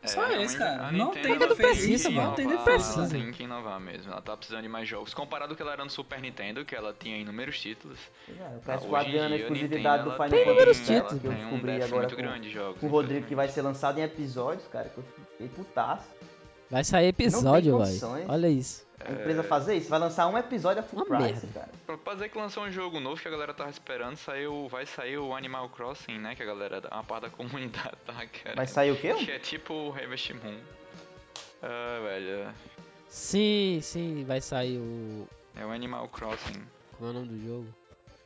Só
É, a
esse,
Nintendo-
cara.
a
Não
Nintendo é
tem
ela
defesa,
tem que
mano. Não tem
inovar,
defesa.
Ela tem que inovar mesmo. Ela tá precisando de mais jogos. Comparado com o que ela era no Super Nintendo, que ela tinha inúmeros títulos.
É, o
hoje
PS4
em
ganhando a
dia,
exclusividade do
Nintendo,
Final
ela tem-
Fantasy
ela
VII, que eu
tem um
descobri
déficit
agora
muito
com,
grande de jogos,
com o Rodrigo, que vai
infelizmente.
ser lançado em episódios, cara, que eu fiquei putaço.
Vai sair episódio,
Não tem
velho.
condições.
Olha isso.
É.
A empresa fazer isso, vai lançar um episódio a full
Uma
price,
merda.
cara.
Pra dizer que lançou um jogo novo que a galera tava esperando, saiu, vai sair o Animal Crossing, né? Que a galera, uma parte da comunidade tá querendo.
Vai sair o quê? Um?
Que é tipo o Harvest Moon. Ah, velho.
Sim, sim, vai sair o.
É o Animal Crossing.
Como é o nome do jogo?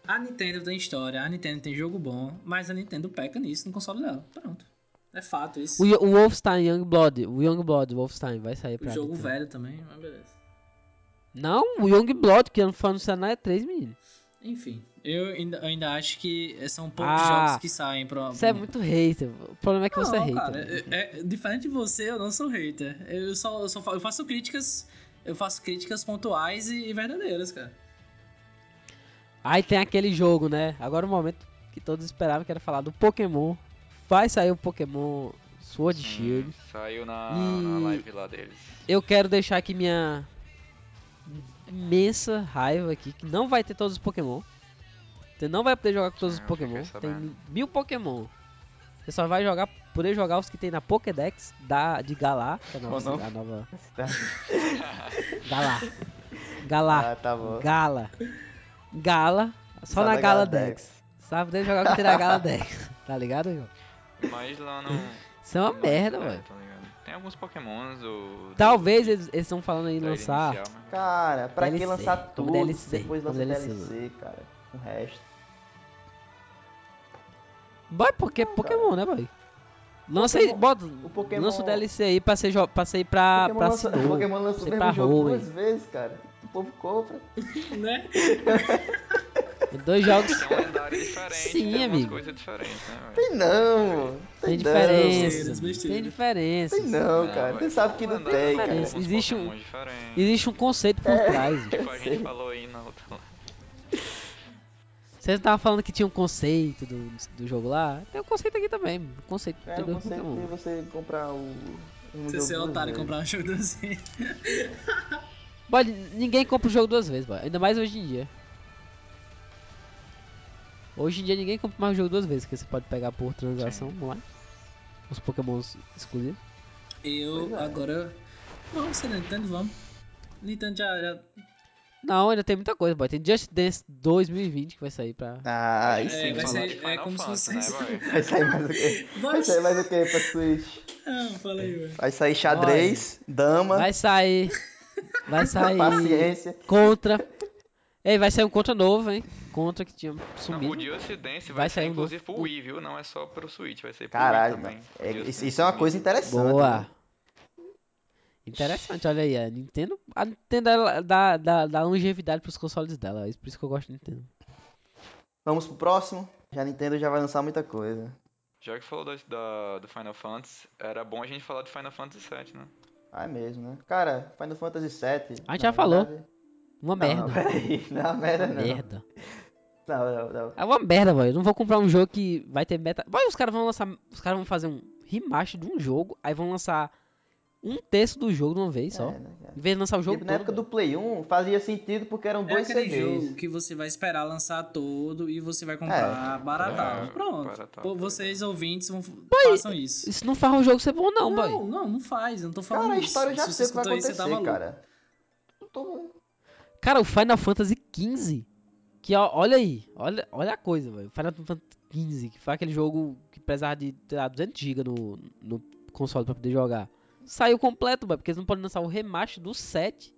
A Nintendo tem história, a Nintendo tem jogo bom, mas a Nintendo peca nisso no console dela. Pronto. É fato isso.
O, Yo- o Wolfenstein Youngblood. O Youngblood Wolfenstein vai sair
O
pra.
jogo
Nintendo.
velho também, mas beleza.
Não, o Youngblood, que não é foi anunciado na E3, menino.
Enfim, eu ainda, ainda acho que são poucos
Ah,
jogos que saem pra.
Você é muito hater. O problema é que
Não,
você é hater.
cara,
velho.
é- é- diferente de você, eu não sou hater. Eu só, eu só fa- eu faço críticas, eu faço críticas pontuais e, e verdadeiras, cara.
Aí tem aquele jogo, né? Agora o momento que todos esperavam, que era falar do Pokémon. Vai sair o Pokémon Sword e Shield.
Hum, saiu na,
E-
na live lá deles.
Eu quero deixar aqui minha imensa raiva aqui, que não vai ter todos os Pokémon. Você não vai poder jogar com todos
Sim,
os
eu
Pokémon.
fiquei
Tem
sabendo.
mil Pokémon. Você só vai jogar, poder jogar os que tem na Pokédex da, de Galar, que é a
Ou
nova.
não.
A nova
Tá.
Galar. Galar.
Ah, tá bom.
Gala. Gala. Só na Gala Dex. Sabe poder jogar com tirar Gala Dex. Tá ligado, Igor?
Mas lá no.
Isso é uma
no-
merda,
é,
velho.
tá ligado? Tem alguns Pokémons do. do-
Talvez eles eles estão falando em
da ilha
lançar.
Tá inicial, né? mas-
Cara, pra
DLC,
que lançar
como
tudo?
DLC,
depois
como
lança
DLC,
DLC, cara. O resto.
Boy, porque é Pokémon, né, boy? Lança aí,
tá. Pokémon-
bota.
o Pokémon-
Lança o DLC aí pra ser, jo- pra ser pra,
Pokémon
pra
lança,
Sinnoh,
Pokémon lança o
pra ser pra
mesmo jogo
Hoenn.
duas vezes, cara. O povo compra.
Né?
Dois jogos.
É um lendário diferente,
Sim,
tem
amigo.
coisa diferente, né, velho?
Tem não.
Tem
Besteiras,
diferença.
besteiras.
Tem diferença.
Tem não, cara.
velho,
Você sabe que
um
não
lendário
tem,
com
cara.
diferença.
alguns
Existe um-
Pokémons diferentes.
Existe um conceito por trás. gente.
Tipo, a gente falou aí na outra live.
Vocês estavam falando que tinha um conceito do, do jogo lá. Tem um conceito aqui também. Um conceito
É,
do
eu consigo
Pokémon.
que você comprar o. Um
Você
jogo
ser
duas
otário e
vezes.
comprar um jogo assim.
Boy, ninguém compra o jogo duas vezes, boy. Ainda mais hoje em dia. Hoje em dia ninguém compra mais o jogo duas vezes, porque você pode pegar por transação lá. Os Pokémons exclusivos.
Eu
Pois é.
agora. Vamos ser Nintendo, vamos. Nintendo já. já-
Não, ainda tem muita coisa, boy. Tem Just Dance 2020 que vai sair pra.
Ah, aí sim.
É, vai
falar
ser-
de
é
Final
como se
Fantasy,
vocês-
né, velho?
Vai sair mais o quê? Vai
Vai-
sair mais o quê pra Switch?
Ah, fala
É.
aí, velho.
Vai sair xadrez, dama,
Vai sair. Vai sair.
paciência.
Contra. Ei, vai sair um contra novo, hein? Contra que tinha
Não, o
sumido.
Just Dance vai,
Vai
ser
sair um
inclusive
novo-
pro Wii, viu? Não é só pro Switch, vai ser pro
Caralho,
Wii também.
mano. É,
O Just
isso,
Dance
isso é uma
pro
coisa
Wii.
interessante.
Boa.
né?
Interessante, olha aí. A Nintendo. A Nintendo ela dá, dá, dá longevidade pros consoles dela. é Por isso que eu gosto da Nintendo.
Vamos pro próximo. Já a Nintendo já vai lançar muita coisa.
Já que falou da, da- do Final Fantasy, era bom a gente falar do Final Fantasy VII, né?
Ah, é mesmo, né? Cara, Final Fantasy VII.
Ah,
na
já falou.
verdade-
Uma
Não,
merda.
Não, Ah, peraí. Não, É merda né?
Uma
não.
merda.
Não, não, não.
É uma merda, velho. Eu não vou comprar um jogo que vai ter beta. Boy, os caras vão lançar. Os caras vão fazer um remaster de um jogo. Aí vão lançar um terço do jogo de uma vez só.
É, né, cara?
Em vez de lançar o jogo.
Tipo, na
todo,
época do Play 1 fazia sentido porque eram
É
dois
aquele
CDs.
jogo que você vai esperar lançar todo e você vai comprar baratão.
É,
Pronto.
baratão.
Pô, vocês ouvintes vão, façam isso.
Isso não faz o jogo ser bom, não, boy.
Não, não, não faz, eu não tô falando
Cara, a
isso. tá
história eu já
Se
sei o que vai
escutou isso, você tá
acontecer,
maluco.
cara. Eu tô-
Cara, o Final Fantasy XV Que ó- olha aí, olha, olha a coisa, velho. Final Fantasy XV, que foi aquele jogo que precisava de sei lá, 200 GB no, no console pra poder jogar. Saiu completo, velho, porque eles não podem lançar o remaster do 7,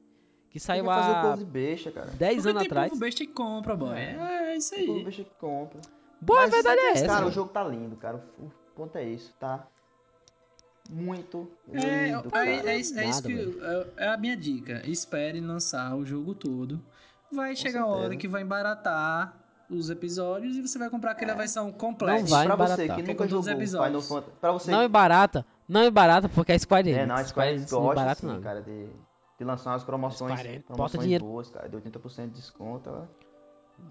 que saiu
Tem que fazer o
há
povo de besta, cara.
10
Porque
anos
tem
atrás.
povo besta que compra, boy. É, é isso
O povo de
aí.
besta que compra.
Boa, a
Mas,
verdade um. é essa.
Cara,
velho.
o jogo tá lindo, cara. O ponto é isso, tá? Muito lindo,
É,
cara.
é, é isso- é isso
Nada,
que é, é a minha dica. Espere lançar o jogo todo. Vai chegar a hora
certeza.
que vai embaratar os episódios e você vai comprar
É.
aquela versão completa.
Não vai
pra você
embaratar.
que
Porque
nunca
com todos os
jogou
episódios.
Final Fantasy, pra você
Não é barata, não é barata porque é Square Enix.
É, não, a Square Enix
não é
gosta,
barata
assim,
não.
cara, de, de lançar umas promoções,
Square Enix bota
promoções
dinheiro.
boas, cara, de 80% de desconto, ó,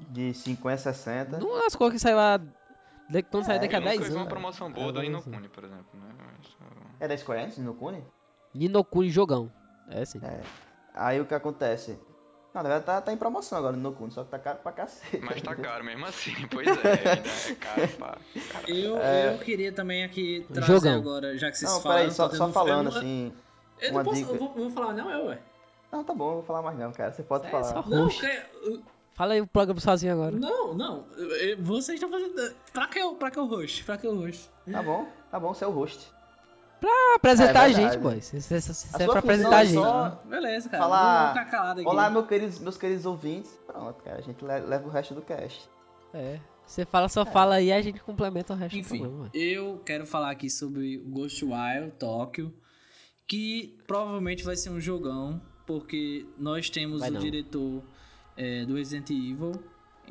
de 50, 60.
Não lascou que saiu há. de- Quando saiu
É,
daqui a
eu nunca
10
vi
anos.
uma promoção boa
É,
do
vamos
Nino
assim.
Kuni, por exemplo, né? Mas, ah,
É da Square Enix, no Kune?
Ninokuni jogão. É assim.
Aí o que acontece? Não, na verdade tá, tá em promoção agora no Kune, só que tá caro pra cacete.
Mas tá caro mesmo assim, pois é, ainda é caro pra caralho.
Eu, eu queria também aqui trazer
Jogão.
agora, já que vocês
É. Não,
falaram. um
peraí, só,
tô
só
tendo-
falando
eu não-
assim.
Eu
uma
não posso,
dica.
eu vou, vou falar, não, eu, ué.
Não, tá bom, não vou falar mais não, cara. Você pode
É,
falar.
só
Não,
roxo.
é, eu-
Fala aí o programa sozinho agora.
É,
não, não, eu- eu- vocês estão fazendo. Pra que eu, pra que eu rush? Pra que eu rush?
Tá bom, tá bom, você é o host.
Pra apresentar
É
a gente,
verdade.
boy. Isso isso- isso- isso
A
é
sua
pra
função
apresentar a
é
gente.
só
Beleza, cara.
falar-
Vou ficar calado aqui.
Olá, meus queridos, meus queridos ouvintes. Pronto, cara, a gente le- leva o resto do cast.
É. Você fala, só fala aí e a gente complementa o resto do
Enfim,
programa.
eu quero falar aqui sobre o Ghostwire Tokyo, que provavelmente vai ser um jogão, porque nós temos
Vai
o
não.
diretor eh, do Resident Evil,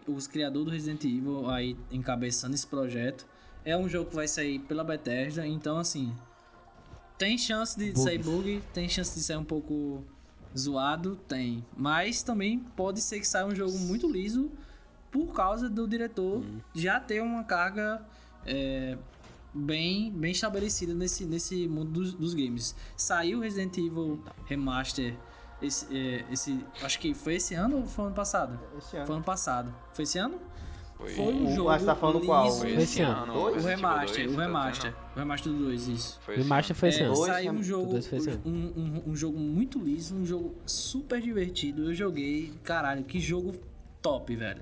os criadores do Resident Evil aí encabeçando esse projeto. É um jogo que vai sair pela Bethesda, então assim, tem chance de
Bugs.
sair bug, tem chance de sair um pouco zoado, tem. Mas também pode ser que saia um jogo muito liso por causa do diretor já ter uma carga é, bem, bem estabelecida nesse, nesse mundo dos, dos games. Saiu Resident Evil Remaster esse, é, esse. Acho que foi esse ano ou foi ano passado?
Esse ano.
Foi ano passado. Foi esse ano?
Foi,
Foi um
O-
jogo.
mas tá falando qual?
liso.
foi
Foi
esse
esse
ano.
ano.
O
Resident Evil
remaster,
2,
o
tá dizendo?
remaster. O remaster do 2, isso.
Foi
O
esse
Master
ano.
foi esse
É,
ano.
Dois,
saiu um
né?
jogo,
Dois foi esse ano.
um, um- um jogo muito liso, um jogo super divertido. Eu joguei, caralho, que jogo top, velho.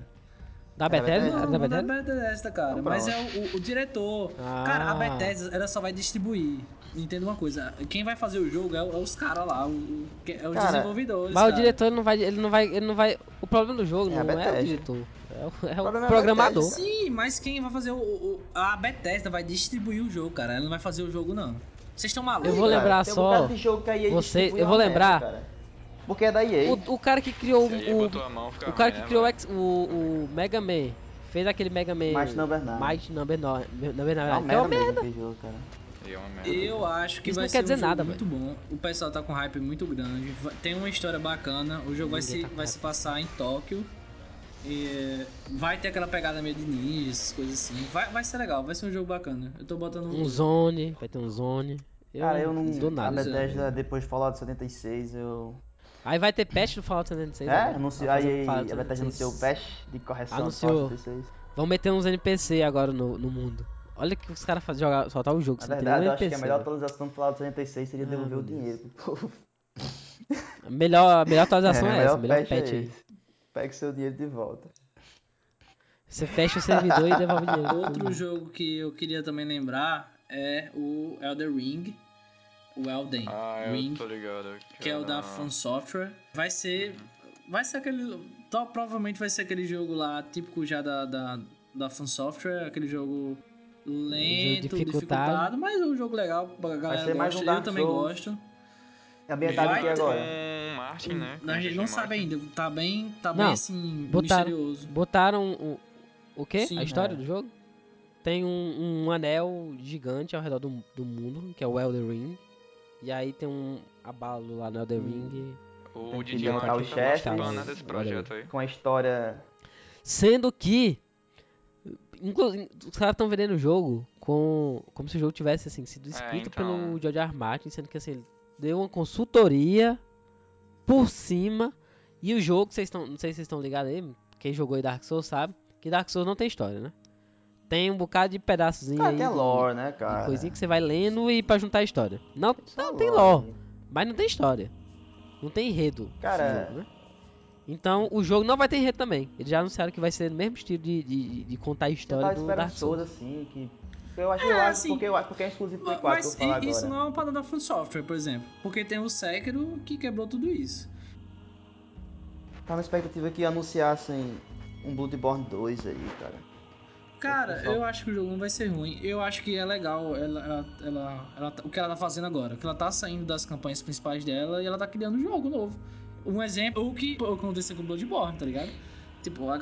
Da
Bethesda?
Bethesda?
Não,
Era Da
não é
Bethesda?
Bethesda, cara,
Então,
mas é
pronto.
o, o- o diretor.
Ah.
Cara, a Bethesda, ela só vai distribuir. Entenda uma coisa, quem vai fazer o jogo é, o- é os caras lá, o, o- que- é os
Cara,
desenvolvedores,
Mas o
cara.
diretor não vai, ele não vai, ele não vai. O problema do jogo
É a
não é
Bethesda.
o diretor, é o, é o
problema é a
programador.
Bethesda,
Sim, mas quem vai fazer o, o- o- A Bethesda vai distribuir o jogo, cara. Ela não vai fazer o jogo, não. Vocês estão malucos?
Eu vou
Cara,
lembrar
tem um
só,
bocado de jogo que a EA
você-
distribui
eu vou
uma
lembrar-
merda, cara. Porque é da EA.
o, o cara que criou
Se aí é
o,
botou a mão, fica
o cara
ruim,
que
né,
criou o,
velho?
X- o, o Mega Man, fez aquele Mega Man.
Mighty Number Nine.
Mighty Number 9. Number 9
É uma
que é
merda
uma merda.
mesmo aquele jogo, cara.
E é uma merda.
Eu acho que
Isso
vai
não
ser
quer dizer
um jogo
nada,
muito bom. O pessoal tá com hype muito grande. Va- Tem uma história bacana. O jogo vai,
Ninguém
se,
tá com
vai
hype.
se passar em Tóquio. E eh, vai ter aquela pegada meio de ninjas, coisas assim. Vai, vai ser legal, vai ser um jogo bacana. Eu tô botando
Um zone, vai ter um zone. Eu
cara, eu não.
dou
a
nada. é
Bethesda, depois de Fallout 76, eu.
Aí vai ter patch do Fallout né? 76.
É?
agora.
Anunciou,
Vai
a EA,
fazer tá Fallout né?
a Bethesda
76.
anunciou o patch de correção
Anunciou.
do Fallout 76.
Vão meter uns NPC agora no, no mundo. Olha que os caras fazem jogar, soltar o jogo.
Na
você não tem
verdade,
nenhum
eu acho que a
NPC,
melhor
né?
atualização do Fallout 76 seria
Ah,
devolver
meu
o dinheiro pro povo.
A melhor, a melhor atualização é,
o
essa, o melhor patch.
é
aí.
esse. Pega o seu dinheiro de volta.
Você fecha o servidor e devolve dinheiro.
Outro jogo que eu queria também lembrar é o Elder Ring. O Elden
Ah, eu
Ring.
tô ligado.
que é o da
era-
From Software. Vai ser. Vai ser aquele. to- provavelmente vai ser aquele jogo lá, típico já da, da, da From Software, aquele jogo lento,
dificultado.
dificultado. mas é um jogo legal, a galera
ser mais um
gosta. eu
Dark
também
Souls.
gosto.
É Ambientado
Vai
aqui
ter-
agora.
Com Martin, né? Com
A gente é não
Justin Martin.
um.
sabe ainda, tá bem, tá bem
Não,
assim,
botaram-
misterioso.
Botaram o. O quê?
Sim,
a história
é.
do jogo? Tem um, um anel gigante ao redor do, do mundo, que é o Elder Ring. E aí tem um abalo lá no Elder Ring.
O
Tem que
Didi
matar
Martin
o
tá
chefe.
participando né, desse
Olha aí.
projeto aí.
Com a história.
Sendo que. inclu- Os caras estão vendendo o jogo com, como se o jogo tivesse assim, sido escrito
então.
pelo George R. R. Martin, sendo que assim, ele deu uma consultoria por cima. E o jogo, vocês estão. Não sei se vocês estão ligados aí, quem jogou aí Dark Souls sabe, que Dark Souls não tem história, né? Tem um bocado de pedaçozinho
Cara,
aí.
tem a
de-
lore, né,
de
cara?
coisinha que você vai lendo e pra juntar a história. Não,
Só
não tem
lore.
lore, mas não tem história. Não tem enredo. esse
Cara,
jogo, né? Então o jogo não vai ter enredo também. Eles já anunciaram que vai ser no mesmo estilo de, de, de contar a
Eu
história
tava
do
esperando
Dark
todo
Souls.
assim, que. Eu acho,
É,
eu acho
assim,
porque, eu acho porque é exclusivo Play 4 que eu
Mas
vou falar
i- isso
agora.
não é uma parada da From Software, por exemplo. Porque tem o Sekiro que quebrou tudo isso.
Tá na expectativa que anunciassem um Bloodborne 2 aí, cara.
Cara,
Pessoal.
eu acho que o jogo não vai ser ruim. Eu acho que é legal ela, ela, ela- ela tá- o que ela tá fazendo agora. Que ela tá saindo das campanhas principais dela e ela tá criando um jogo novo. Um exemplo, o que aconteceu com o Bloodborne, tá ligado? Tipo, a,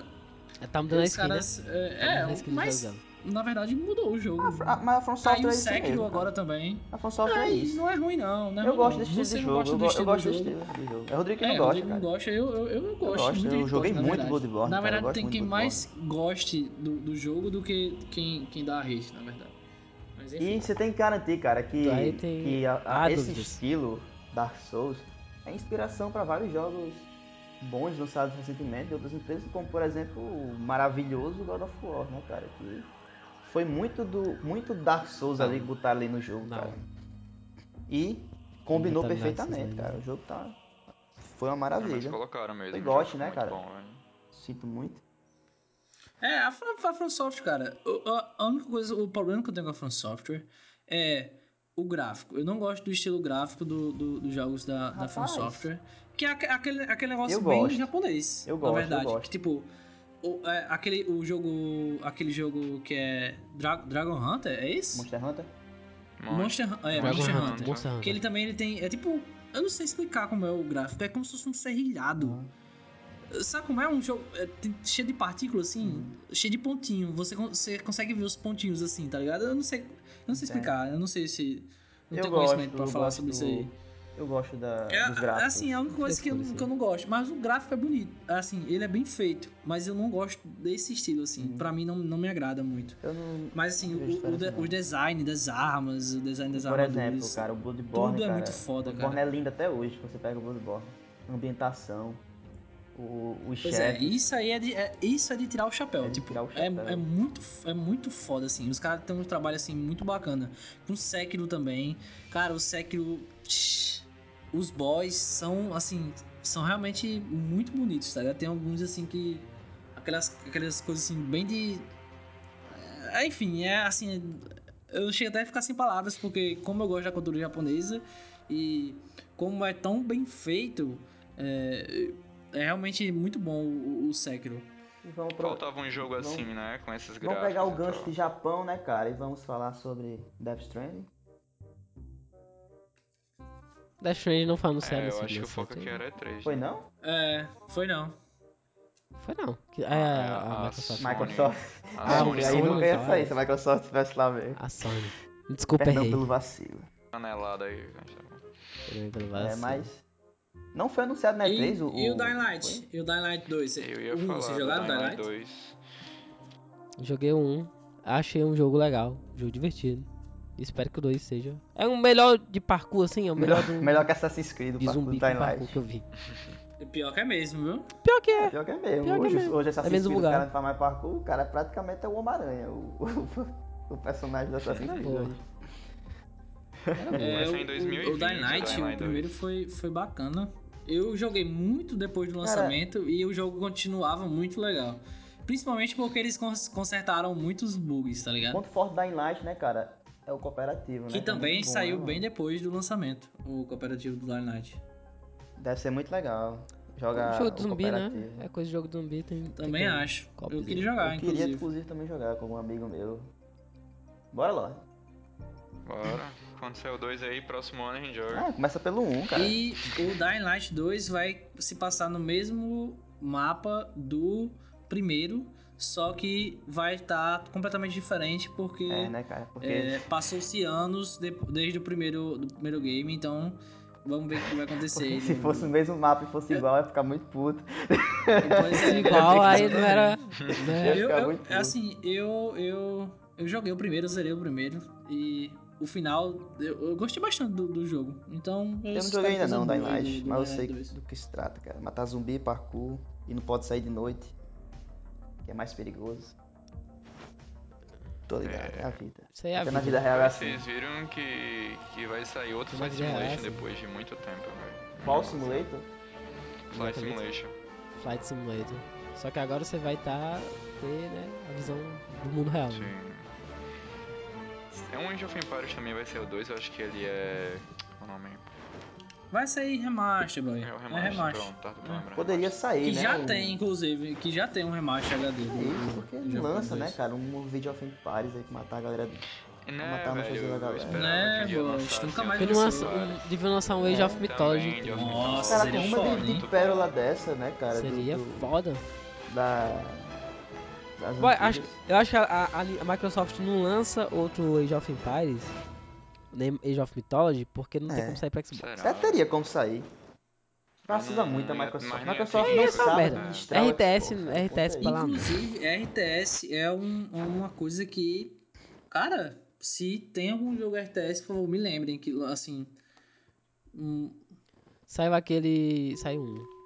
Tá mudando a
os
skin, né?
caras. É,
mudando a
é,
skin do
mas
jogo
na verdade mudou o jogo.
A- mas a From
Tá aí
Software
o
é isso
Sekiro
mesmo, cara.
agora também.
A From Software é
Ai,
isso.
Não é ruim, não. não é
Eu
ruim,
gosto
não.
desse estilo
Você
de
não
jogo,
gosta
eu,
do
go- eu
estilo
gosto
do
desse
jogo.
estilo de jogo. É o Rodrigo que
É,
não
o
gosta,
Rodrigo não
cara.
gosta, eu, eu, eu gosto.
gosto,
muita
eu
gente
joguei
gosta, na
muito
verdade.
Bloodborne,
Na
cara, eu
verdade,
gosto
tem
muito
quem
do
mais goste do, do jogo do que quem, quem dá a hate, na verdade. Mas enfim.
E você tem que garantir, cara,
Então,
que,
Aí tem-
que a- a-
há
esse
dúvidas.
estilo Dark Souls é inspiração pra vários jogos bons lançados recentemente de outras empresas, como por exemplo o maravilhoso God of War, né, cara? Que foi muito do muito Dark Souls ali que botaram ali no jogo,
Não.
cara. E combinou
Muito Dark Souls
perfeitamente,
ali, né?
cara. O jogo tá foi uma
É, mas
maravilha.
colocaram mesmo.
Foi
o
gote,
jogo
né,
muito
cara?
bom, velho.
Sinto muito.
É, a From, a From Software, cara, o- a, a única coisa, o problema que eu tenho com a From Software é o gráfico. Eu não gosto do estilo gráfico do, do- dos jogos da, da From
Rapaz.
Software, que é aque- aquele, aquele negócio
Eu
bem
gosto.
japonês,
Eu
na
gosto, eu
verdade.
gosto.
Que, tipo, o, é, aquele, o jogo, aquele jogo que é Dra- Dragon Hunter, é isso?
Monster Hunter?
Monster, Hun- é,
Dragon
Monster
Hunter.
Hunter.
Monster
Que ele também ele tem. É tipo. Eu não sei explicar como é o gráfico. É como se fosse um serrilhado. Sabe como é um jogo é, tem- cheio de partículas, assim?
Uhum.
Cheio de pontinho. Você, con- você consegue ver os pontinhos, assim, tá ligado? Eu não sei, eu não sei explicar. Eu não sei se... Não
Eu
tenho
gosto,
conhecimento pra
eu
falar
gosto
sobre isso aí.
Eu gosto da,
É,
dos gráficos.
assim, é a única coisa que eu,
Frescura,
que eu não gosto. Mas o gráfico é bonito. Assim, ele é bem feito. Mas eu não gosto desse estilo, assim. Pra mim, não, não me agrada muito.
Uhum. Eu não-
Mas, assim,
Não vejo
o, o de-
diferença, não.
o design das armas, o design das
Por
armaduras...
exemplo, cara, o Bloodborne,
Tudo é
cara,
muito foda,
o Bloodborne é lindo até hoje, quando você pega o Bloodborne. A ambientação, o, os
Pois é,
chefes.
isso aí é de, é- isso é de tirar o chapéu.
É de
tipo,
tirar o
é-
chapéu.
É, muito, é muito foda, assim. Os caras têm um trabalho, assim, muito bacana. Com o Sekiro também. Cara, o Sekiro... tch, Os boys são, assim... São realmente muito bonitos, tá ligado? Tem alguns, assim, que... Aquelas, aquelas coisas, assim, bem de... É, Enfim, é assim... Eu chego até a ficar sem palavras, porque como eu gosto da cultura japonesa... E como é tão bem feito... É, é realmente muito bom o, o Sekiro.
E vamos pro-
Faltava um jogo
vamos-
assim, né? Com esses
Vamos
gráficos.
pegar o
e
gancho
então.
tal.
de Japão, né, cara? E vamos falar sobre Death Stranding.
Death Stranding não foi anunciado
É,
nesse
eu acho
dia, assim.
que o foco
certo?
aqui era E3.
Foi
né?
não?
É, foi não.
Foi não. Que-
Ah,
é,
é,
a,
a
Microsoft.
Sony.
Microsoft.
A
Ah,
Sony
aí
Sony,
deu
nunca ia
tá,
sair
é.
se a Microsoft estivesse lá mesmo.
A Sony. Me Desculpa,
Perdão
errei.
pelo vacilo.
uma canelada aí, gente.
Perdão pelo
É,
vacilo.
mas... Não foi anunciado na
e,
E3 É o...
e o Dying
foi?
Light? E o Dying Light 2?
Eu ia
Um,
falar
vocês
do
jogaram
Dying
Dying
Light
Light?
2.
Joguei um. Achei um jogo legal. Jogo divertido. Espero que o 2 seja. É o melhor de parkour, assim. É o melhor,
Melhor,
do,
melhor que Assassin's Creed, o
de
parkour tá do
zumbi
Dying
com parkour
Light.
que eu vi.
Pior que é mesmo, viu?
Pior que é.
Pior que é mesmo.
Pior que é
hoje,
mesmo.
hoje Assassin's
É mesmo
Creed,
lugar.
o cara não faz mais parkour, o cara praticamente é o Homem-Aranha, o, o, o personagem do Assassin's Creed.
Porra.
hoje.
É,
Vai
o,
sair em
o, o
2020
Dying
o
Light,
Dying
o
Light
primeiro foi, foi bacana. Eu joguei muito depois do
Cara-
lançamento e o jogo continuava muito legal. Principalmente porque eles cons- consertaram muitos bugs, tá
O
ligado?
ponto forte da Inlight, né, cara, é o cooperativo, né?
Que
é
também
muito bom,
saiu
né,
bem
mano?
depois do lançamento, o cooperativo do Dying Light.
Deve ser muito legal jogar
jogo de
o
zumbi,
cooperativo.
né? É coisa de jogo de zumbi. Tem, tem
Também
que-
acho. Eu
copzinho.
queria jogar,
Eu queria,
Ah, inclusive.
inclusive, também jogar com um amigo meu. Bora lá.
Bora. Quando sair o 2 aí, próximo ano a gente joga.
Ah, começa pelo 1, um, cara.
E o Dying Light 2 vai se passar no mesmo mapa do primeiro, só que vai estar completamente diferente porque
É, né, cara? Porque
é, passou-se anos de- desde o primeiro, do primeiro game, então vamos ver o que vai acontecer.
se
no-
fosse o mesmo mapa e fosse igual, eu ia ficar muito puto.
Pois é,
Igual, aí não
exatamente.
Eu
era...
ia
né?
Eu,
ficar
eu-
muito puto.
assim, eu, eu, eu joguei o primeiro, zerei o primeiro e o final eu, eu gostei bastante do, do jogo. Então
Eu não
espero
tá
joguei ainda
coisa
não,
boa
Dying
aí
Light,
do- do
mas
né?
Dying
eu sei
Light 2.
do que se trata, cara. Matar zumbi, parkour, e não pode sair de noite, que é mais perigoso. Tô ligado, é a vida.
Isso aí é a
Até na
vida.
vida real é assim.
Vocês viram que, que vai sair outro
Mas
Flight
já é
Simulation
assim.
depois de muito tempo, velho.
Qual
Nossa.
simulator?
Flight Simulation.
Flight Simulator. Só que agora você vai estar ter né, a visão do mundo real. né?
Sim. É um Age of Empires também vai ser o 2, eu acho que ele é. O nome
Vai sair remaster, boy.
é o remaster.
É remaster.
Pronto, tá, tá, lembra,
Poderia sair,
Que
né?
já
um-
tem, inclusive, que já tem um remaster HD.
É isso, porque
Já
lança,
foi
né,
dois.
cara? Um Video of Empires aí que matar a galera.
Né,
matar a
velho,
nostalgia da
eu
galera.
esperava que um dia
Né, boy,
lançasse
nunca
um
mais
Porque
Age
não
lançou.
of
lança,
Empires.
um- deviam lançar um Age of
Também,
Mythology.
Age of
entendeu?
Mythology.
Nossa,
Cara,
seria
com uma
foda.
de, de pérola dessa, né, cara? do-
Seria
do-
foda.
da. Das
Boy,
antigas.
acho, eu acho que a, a- a Microsoft não lança outro Age of Empires, nem Age of Mythology, porque não tem
É.
como sair pra Xbox.
Será?
Até teria como sair.
Mas
Precisa
não-
muito da
não ia-
Microsoft.
mas não ia
Microsoft
ter
não
isso,
Essa
sabe
merda.
administrar o
RTS,
Xbox, né?
RTS
Ponto aí.
pela merda.
Inclusive, RTS é um- uma coisa que, cara, se tem algum jogo RTS, por favor, me lembrem que, assim, hum,
Saiu aquele. Saiu um.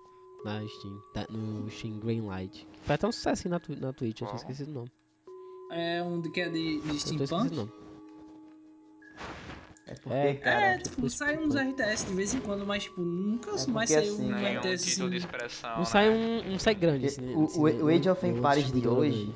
Na Steam. tá- no Steam Greenlight. Que foi até um sucesso na, Twi- na Twitch, eu tô
Qual?
esquecido o nome.
é um de- que é de, de
Eu tô esquecido o
steampunk.
nome.
É porque,
É.
cara.
É,
tipo
tipo, sai uns
steampunk.
RTS de vez em quando, mas, tipo, nunca
É
mais
porque
saiu
assim,
um
né,
Nenhum
RTS
título de
assim.
expressão.
Não sai
né?
é.
um. Não sai grande. Assim,
O-
assim,
o-
né?
o Age of
Não- não
Empires de
distribuidora
hoje-
grande.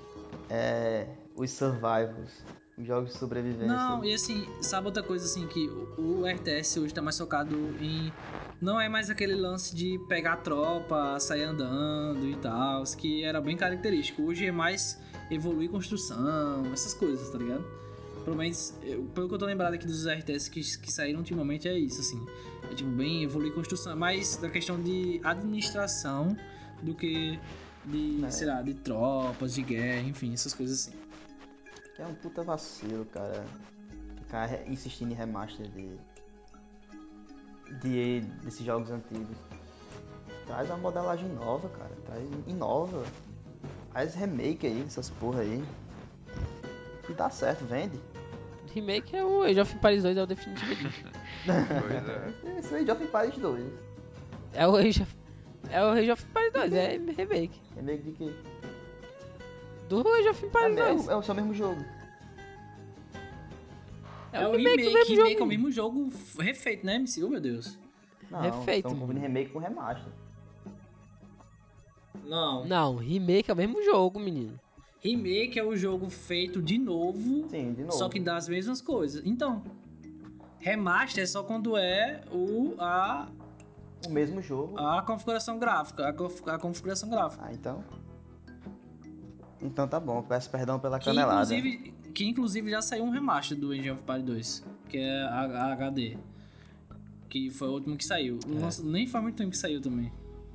é, os survivals, os jogos de sobrevivência.
Não, e assim, sabe outra coisa assim que o o RTS hoje tá mais focado em. Não é mais aquele lance de pegar a tropa, sair andando e tal, isso que era bem característico. Hoje é mais evoluir construção, essas coisas, tá ligado? Pelo menos, eu- pelo que eu tô lembrado aqui dos RTS que, que saíram ultimamente, é isso, assim. É tipo, bem evoluir construção, mais da questão de administração do que de,
É.
sei lá, de tropas, de guerra, enfim, essas coisas assim.
É um puta vacilo, cara. Ficar re- insistindo em remaster de, de desses jogos antigos. Traz uma modelagem nova, cara. Traz inova. Traz remake aí, essas porra aí. E dá certo, vende.
Remake é o Age of Empires 2, é o definitivo. um
Pois é.
Esse é Age of Empires 2.
é o Age of. É o Age of Empires 2, é remake.
Remake de quê?
Do Age of
É,
Empires 2.
mesmo, é o seu mesmo jogo.
É o remake, remake, é o mesmo jogo f- refeito, né, MC? Oh, meu Deus.
Não, então
Refeito,
Estão confundindo
mano.
remake com remaster.
Não.
Não, remake é o mesmo jogo, menino.
Remake é o jogo feito de novo,
Sim, de novo.
só que dá as mesmas coisas. Então, remaster é só quando é o, a,
O mesmo jogo.
a configuração gráfica. A, conf- a configuração gráfica.
Ah, então. Então tá bom, peço perdão pela
Que
canelada.
inclusive, que inclusive já saiu um remaster do Age of Empires 2, que é a, a HD. Que foi o último que saiu. Nossa, nem faz muito tempo que saiu também.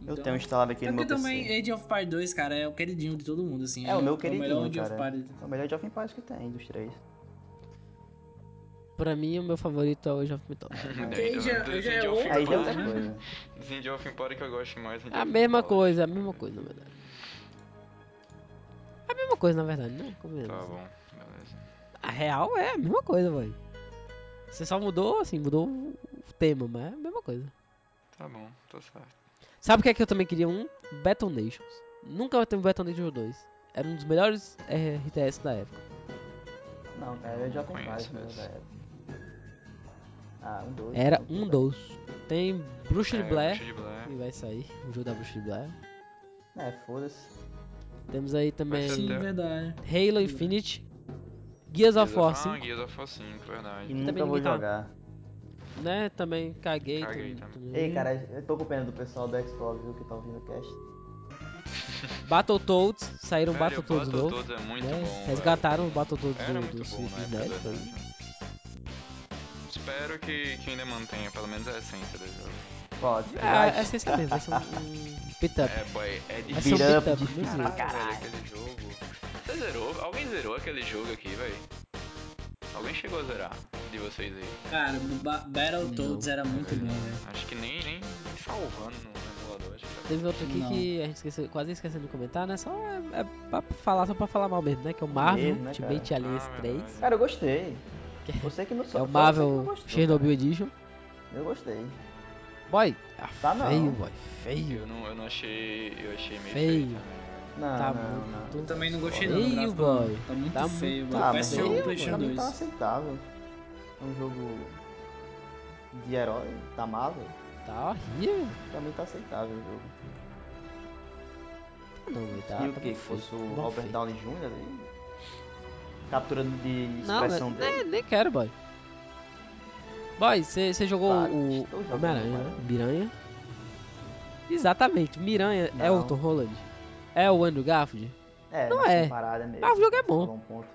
É. eu
Então-
tenho um instalado aqui
É
no meu
porque
PC.
também Age of Empires 2, cara, é o queridinho de todo mundo, assim.
É o
melhor
meu queridinho,
Age of
cara.
Empires. assim,
É o melhor Jovem Paz que tem dos três.
Pra mim, o meu favorito é o Age of Mythology.
Porque aí já- já é
Age of
outro,
Aí já
Empires,
é
Pois,
outra
né?
coisa.
Os Age of Empires que eu gosto mais. Age
É a
of
mesma
Empires.
coisa, é a mesma coisa, na verdade. É a mesma coisa, na verdade, né?
Tá
Combinamos.
bom, beleza.
A real é a mesma coisa, velho. Você só mudou, assim, mudou o tema, mas é a mesma coisa.
Tá bom, tá certo.
Sabe o que é que eu também queria um? Battle Nations. Nunca vai ter um Battle Nations 2. Era um dos melhores eh, RTS da época.
Não, cara, é Jovem Paz,
Conheço
meu
esse.
velho. Ah, um dois.
Era
então,
um
tudo
dos. Tem Bruxa de
É,
Blair,
Bruxa de Blair.
que vai sair, o jogo da Bruxa de Blair.
bem. É, foda-se.
Temos aí também
ser
Sim,
Entendeu?
verdade.
Halo Infinite, Gears of War
Ah,
5,
Gears of War 5,
E
verdade.
também
nunca vou
ninguém tá-
jogar.
né? Também caguei.
Caguei
tudo- tudo.
Ei, cara, eu tô com pena do pessoal do Xbox, viu, que tá ouvindo o cast.
Battletoads, saíram
Velho,
Battletoads novo.
Battletoads é muito
um né?
bom,
Resgataram o Battletoads
velho. Era
do, né? do
muito bom né, na
Felipe
época
Neto.
da Espero que, que ainda mantenha pelo menos é a essência do jogo.
Pode.
Ah, essa é isso mesmo, vai ser um, um pit-up.
É, boy, é
Vai ser um
difícil.
beat up
pit-up,
difícil.
mesmo.
Caralho, velho, aquele jogo. Você zerou? Alguém zerou aquele jogo aqui, velho? Alguém chegou a zerar de vocês aí?
Cara, ba Battletoads era muito bom, velho.
Acho que nem, nem salvando no emulador, acho que
Teve outro aqui
Não.
que a gente esqueceu, quase esquecendo de comentar, né? Só é, é pra falar, só pra falar mal mesmo, né? Que é o Marvel
Mesmo, né,
Ultimate Alliance
Ah,
3.
Cara, eu gostei.
Que-
Você que não
É
sou- só você
o
que não
Marvel
gostou,
Chernobyl Edition.
cara. Eu gostei.
Boy, ah,
Tá não.
feio, boy.
Eu
Feio.
não, eu não achei. Eu achei meio
Feio.
feio também.
Não,
Tá
não,
muito-
não.
Eu também não gostei
Feio,
do gráfico,
boy.
não. Tá muito
Tá
feio,
muito-
velho.
Ah,
Parece
mas
jogo do
eu-
pra
Playstation
mim
2.
tá aceitável. Um jogo de herói, da Marvel,
Tá horrível.
pra mim tá aceitável o jogo.
não, velho. Tá,
e o
tá
que?
bem
Que fosse
feito,
o
bem
Robert
feito.
Downey Jr. ali? Capturando de
Não,
expressão
né,
dele.
nem quero, boy. Boy, você jogou
Claro,
o
estou jogando,
Homem-Aranha, né?
mano.
Miranha? Exatamente, Miranha é
Não.
o Tom Holland. É o Andrew Garfield.
É,
Não
mas
é.
tem Parada mesmo.
Ah, o jogo é bom.
Falou um ponto.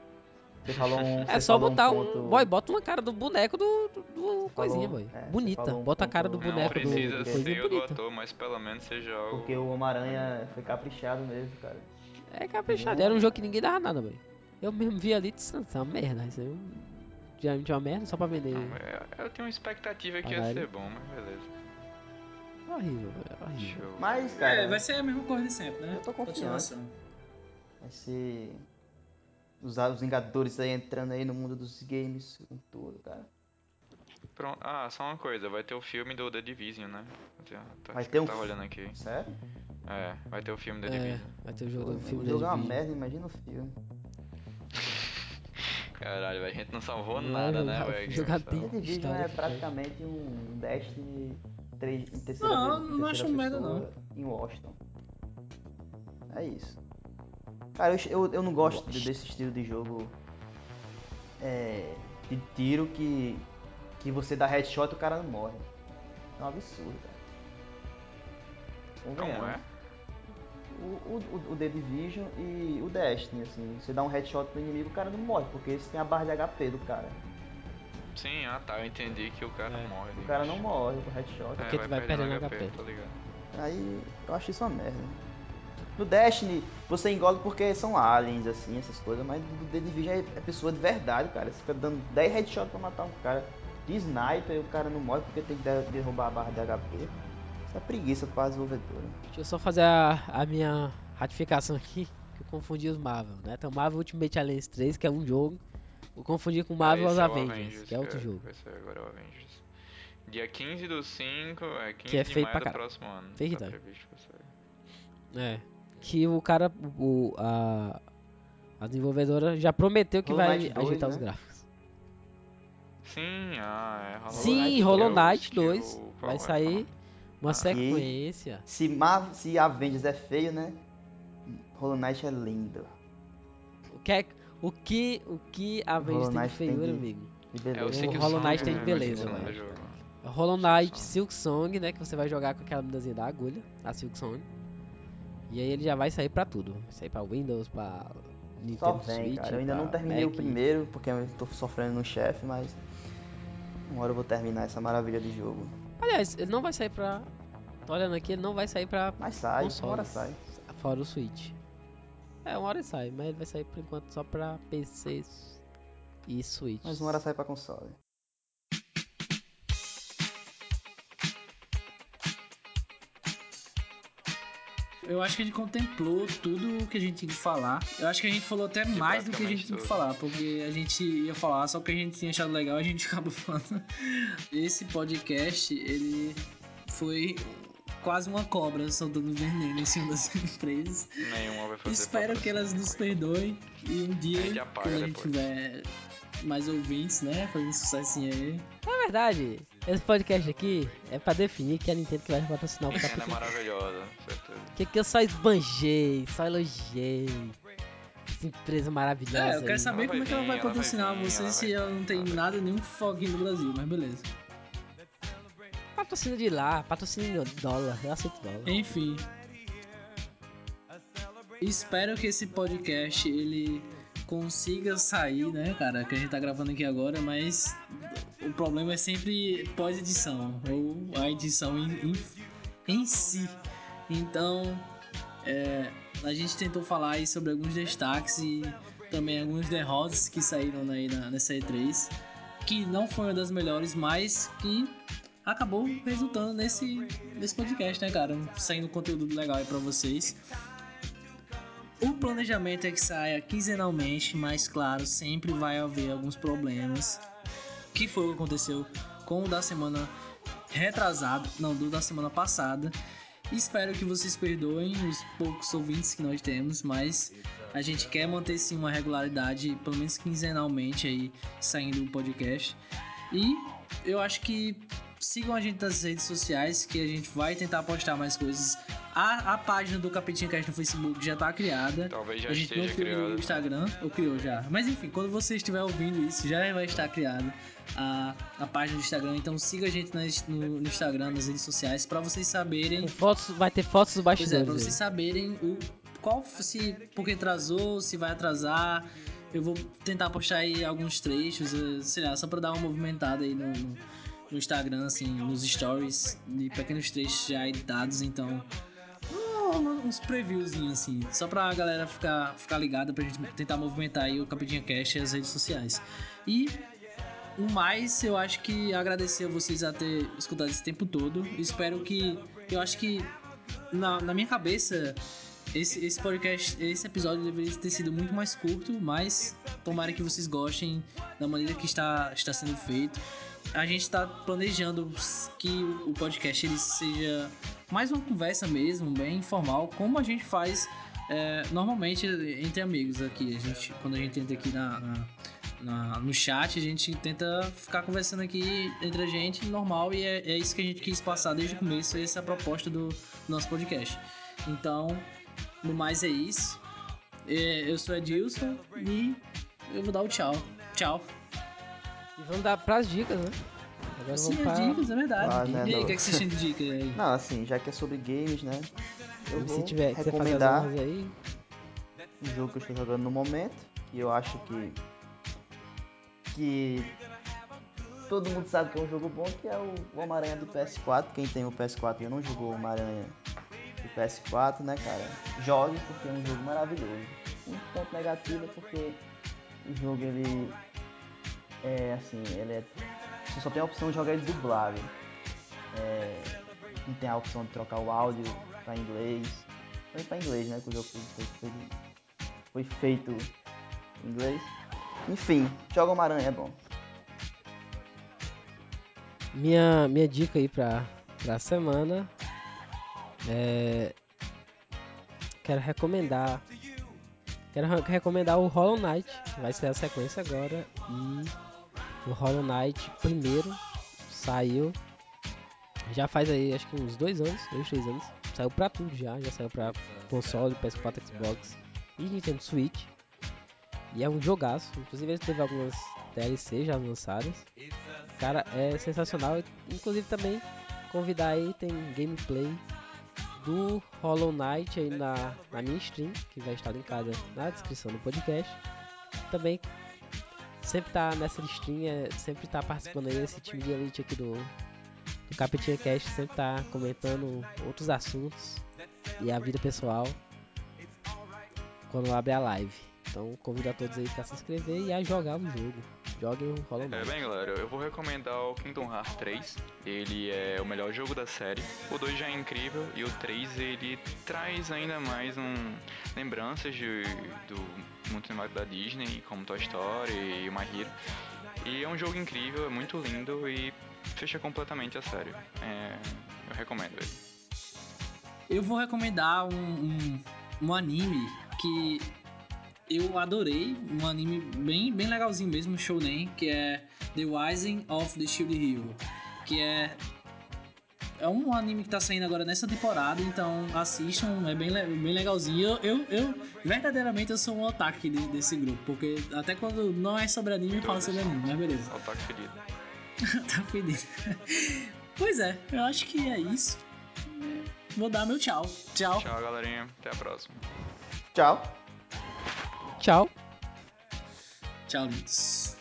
Você falou um,
É
você
só
falou
botar
um.
um,
Ponto...
boy, bota uma cara do boneco do, do- do coisinha, boy.
é, você
bonita,
falou um
bota a
ponto-
cara do
Não
Não
boneco do,
precisa
do
porque-
ser
coisinha
o do
bonita.
ator, mas pelo menos seja algo.
Porque o Homem-Aranha foi caprichado mesmo, cara.
É caprichado, era um jogo que ninguém dava nada, boy. Eu mesmo vi ali de Sansa, uma merda. Isso é um... Geralmente é uma merda só pra vender.
Não, é- eu tenho uma expectativa que ia
Caralho.
ser bom, mas beleza.
É Horrível, boy, horrível.
Deixa eu-
Mas, cara.
É, vai ser a mesma coisa de sempre, né?
Eu tô confiante.
Continuação.
Vai ser. Os, os Vingadores aí entrando aí no mundo dos games com tudo, cara.
Pronto. Ah, só uma coisa, vai ter o filme do The Division, né? Eu tô-
Vai
acho
ter
que eu
um
tava
fi-
olhando aqui.
Sério?
É, vai ter o filme The
É,
Division.
vai ter o jogo
Pô,
do filme
o
da
jogo é uma
Disney.
merda, imagina o filme.
Caralho, velho, a gente não salvou
Não,
nada, né,
jogar-
velho?
jogar
Só-
bem.
The Division
História
é
que
praticamente um Destiny 3 em terceira
Não,
pe- em
não
terceira
acho merda,
pessoa Em Washington. É isso. Cara, eu, eu, eu não gosto de- desse estilo de jogo é, de tiro que, que você dá headshot e o cara não morre. É um absurdo, cara.
né,
Como
Convenhamos.
é?
O, o, o The Division e o Destiny, assim. Você dá um headshot no inimigo, o cara não morre, porque você tem a barra de HP do cara.
Sim, ah tá, eu entendi que o cara
É.
morre. né? É,
O cara não morre com headshot.
Porque tu vai perdendo HP.
tá ligado?
Aí eu acho isso uma merda. No Destiny, você engole porque são aliens, assim, essas coisas, mas no The Division é é pessoa de verdade, cara. Você fica dando 10 headshots pra matar um cara de sniper e o cara não morre porque tem que der- derrubar a barra de HP. Isso é preguiça pra desenvolvedora.
Deixa eu só fazer a, a minha ratificação aqui, que eu confundi os Marvel, né? Então, Marvel Ultimate Alliance 3, que é um jogo, eu confundi com Marvel
Ah,
os
esse é o
Avengers, que é outro jogo.
Vai ser agora o Avengers. Dia 15 do 5, é 15
é
de
feio
maio
pra
do
caralho.
próximo ano.
Feio que
tá
dói.
previsto pra sair.
É. Que o cara, o, a, a desenvolvedora já prometeu que
Hollow
vai
Knight 2,
ajeitar os
né?
gráficos.
Sim, ah, é Hollow
Sim,
Knight
Hollow
2,
Knight
que o-
2
qual
vai
é?
sair uma
Ah.
sequência.
Se, Marvel, se Avengers é feio, né? Hollow Knight é lindo.
O que, é- o que, o que a Avengers
Hollow
tem de
Knight tem
feiura,
de-
amigo?
Que
É o
beleza.
Silk
Hollow Knight
Song,
tem
né,
beleza,
vai ser o nome
velho.
do jogo.
Hollow um Knight,
Silk
Silk Song, né? Que você vai jogar com aquela mudazinha da agulha, a Silk Song. E aí ele já vai sair pra tudo. Vai sair pra Windows, pra
Só
Nintendo
vem,
Switch.
cara. Eu ainda não
pra
terminei o
Mac.
primeiro, porque eu tô sofrendo no chefe, mas. Uma hora eu vou terminar essa maravilha de jogo.
Aliás, ele não vai sair pra. Tô olhando aqui, ele não vai sair pra
Mas sai, uma hora
consoles.
sai.
Fora o Switch. É, uma hora ele sai, mas ele vai sair por enquanto só pra PCs e Switch.
Mas uma hora sai pra console.
Eu acho que a gente contemplou tudo o que a gente tinha que falar. Eu acho que a gente falou até mais do que a gente tinha que
tudo.
falar, porque a gente ia falar só o que a gente tinha achado legal e a gente acabou falando. Esse podcast, ele foi quase uma cobra soltando veneno em cima das empresas.
Nenhuma vai fazer
Espero que elas nos perdoem e um dia,
A gente apaga
quando a gente
depois.
tiver mais ouvintes, né, fazendo sucessinho aí,
Na verdade, esse podcast aqui é pra definir que é a Nintendo que vai patrocinar o
Ela é
capítulo
maravilhosa, com
é
certeza.
Que que eu só esbanjei, só elogiei. Essa empresa maravilhosa.
É, eu quero
aí.
saber
Ela
como é
vai
que ela
vir,
vai
ela vai
patrocinar
vir,
você
ela
se
vai
ela
vir,
não tem
ela vai
nada, nenhum foguinho no Brasil, mas beleza.
Patrocínio de lá, patrocínio de dólar, eu aceito dólar.
Enfim. Espero que esse podcast ele consiga sair, né, cara? Que a gente tá gravando aqui agora, mas o problema é sempre pós-edição ou a edição em, em, em si. Então, é, a gente tentou falar aí sobre alguns destaques e também alguns derrotas que saíram aí na, nessa E3, que não foi uma das melhores, mas que acabou resultando nesse, nesse podcast, né, cara? Saindo conteúdo legal aí pra vocês. O planejamento é que saia quinzenalmente, mas claro, sempre vai haver alguns problemas. Que foi o que aconteceu com o da semana retrasada, não, do da semana passada. Espero que vocês perdoem os poucos ouvintes que nós temos, mas a gente quer manter sim uma regularidade, pelo menos quinzenalmente aí, saindo o podcast. E eu acho que Sigam a gente nas redes sociais que a gente vai tentar postar mais coisas. A, a página do Capetinha Cast no Facebook já tá criada.
Talvez já
a gente não
esteja
criou
criada.
o Instagram, ou criou já. Mas enfim, quando você estiver ouvindo isso, já vai estar criada a, a página do Instagram. Então siga a gente nas- no, no Instagram, nas redes sociais, pra vocês saberem.
Tem fotos, vai ter fotos dos
Pois é, pra
bastidores.
vocês saberem o, qual se. Porque atrasou, se vai atrasar. Eu vou tentar postar aí alguns trechos, eh, sei lá, só pra dar uma movimentada aí no, no- no Instagram, assim, nos stories, de pequenos trechos já editados, então. um- Uns previewzinhos assim, só pra galera ficar, ficar ligada pra gente tentar movimentar aí o Capetinha Cast e as redes sociais. E o mais, eu acho que agradecer a vocês a ter escutado esse tempo todo. Espero que. Eu acho que na, na minha cabeça, esse, esse podcast, esse episódio deveria ter sido muito mais curto, mas tomara que vocês gostem da maneira que está, está sendo feito. A gente está planejando que o podcast ele seja mais uma conversa mesmo, bem informal, como a gente faz é, normalmente entre amigos aqui. A gente, quando a gente entra aqui na- na- na- no chat, a gente tenta ficar conversando aqui entre a gente, normal, e é, é isso que a gente quis passar desde o começo, essa é a proposta do nosso podcast. Então, no mais é isso. É, Eu sou Edilson e eu vou dar o tchau. Tchau.
E vamos dar pras dicas, né? Agora
Sim,
vamos
as
pra...
dicas, é verdade.
Ah, né,
e aí,
não.
o que, é que vocês têm de dica aí?
Não, assim, já que é sobre games, né? Eu vou
Se tiver, quiser fazer as
recomendar
honras aí,
um jogo que eu estou jogando no momento, que eu acho que. que. todo mundo sabe que é um jogo bom, que é o Homem-Aranha do PS4. Quem tem o PS4 e não jogou o Homem-Aranha do PS4, né, cara? Jogue, porque é um jogo maravilhoso. Um ponto negativo é porque o jogo ele. é assim, ele é. Você só tem a opção de jogar ele dublado. É, não tem a opção de trocar o áudio pra inglês. Foi pra inglês, né? Que o jogo foi, foi- foi- foi feito em inglês. Enfim, joga uma aranha, é bom.
minha, minha dica aí pra, pra semana é... Quero recomendar... Quero re- recomendar o Hollow Knight. Vai ser a sequência agora. E o Hollow Knight primeiro saiu... Já faz aí, acho que uns dois anos, dois, três anos. Saiu pra tudo já. Já saiu pra console, PS4, Xbox e Nintendo Switch. E é um jogaço. Inclusive ele teve algumas DLC já lançadas. Cara, é sensacional. Inclusive também convidar aí, tem gameplay do Hollow Knight aí na, na minha stream, que vai estar linkada na descrição do podcast. Também sempre tá nessa stream, é, sempre tá participando aí esse time de elite aqui do, do Capetinha Cast, sempre tá comentando outros assuntos e a vida pessoal quando abre a live. Então convido a todos aí pra se inscrever e a jogar o jogo. Joguem o Hollow
É,
Knight.
bem, galera, eu vou recomendar o Kingdom Hearts 3. Ele é o melhor jogo da série. O 2 já é incrível e o 3 ele traz ainda mais um lembranças de, do mundo animado da Disney, como Toy Story e o My Hero. E é um jogo incrível, é muito lindo e fecha completamente a série. É, eu recomendo ele.
Eu vou recomendar um, um, um anime que eu adorei, um anime bem, bem legalzinho mesmo, um shounen, que é The Rising of the Shield Hero, que é é um anime que tá saindo agora nessa temporada, então assistam, é bem, le- bem legalzinho. Eu, eu, eu, verdadeiramente, eu sou um otaku de- desse grupo, porque até quando não é sobre anime, eu falo sobre anime, mas beleza.
Otaku ferido.
Tá fedido. Pois é, eu acho que é isso. Vou dar meu tchau. Tchau.
Tchau, galerinha. Até a próxima.
Tchau.
Tchau!
Tchau, lindos.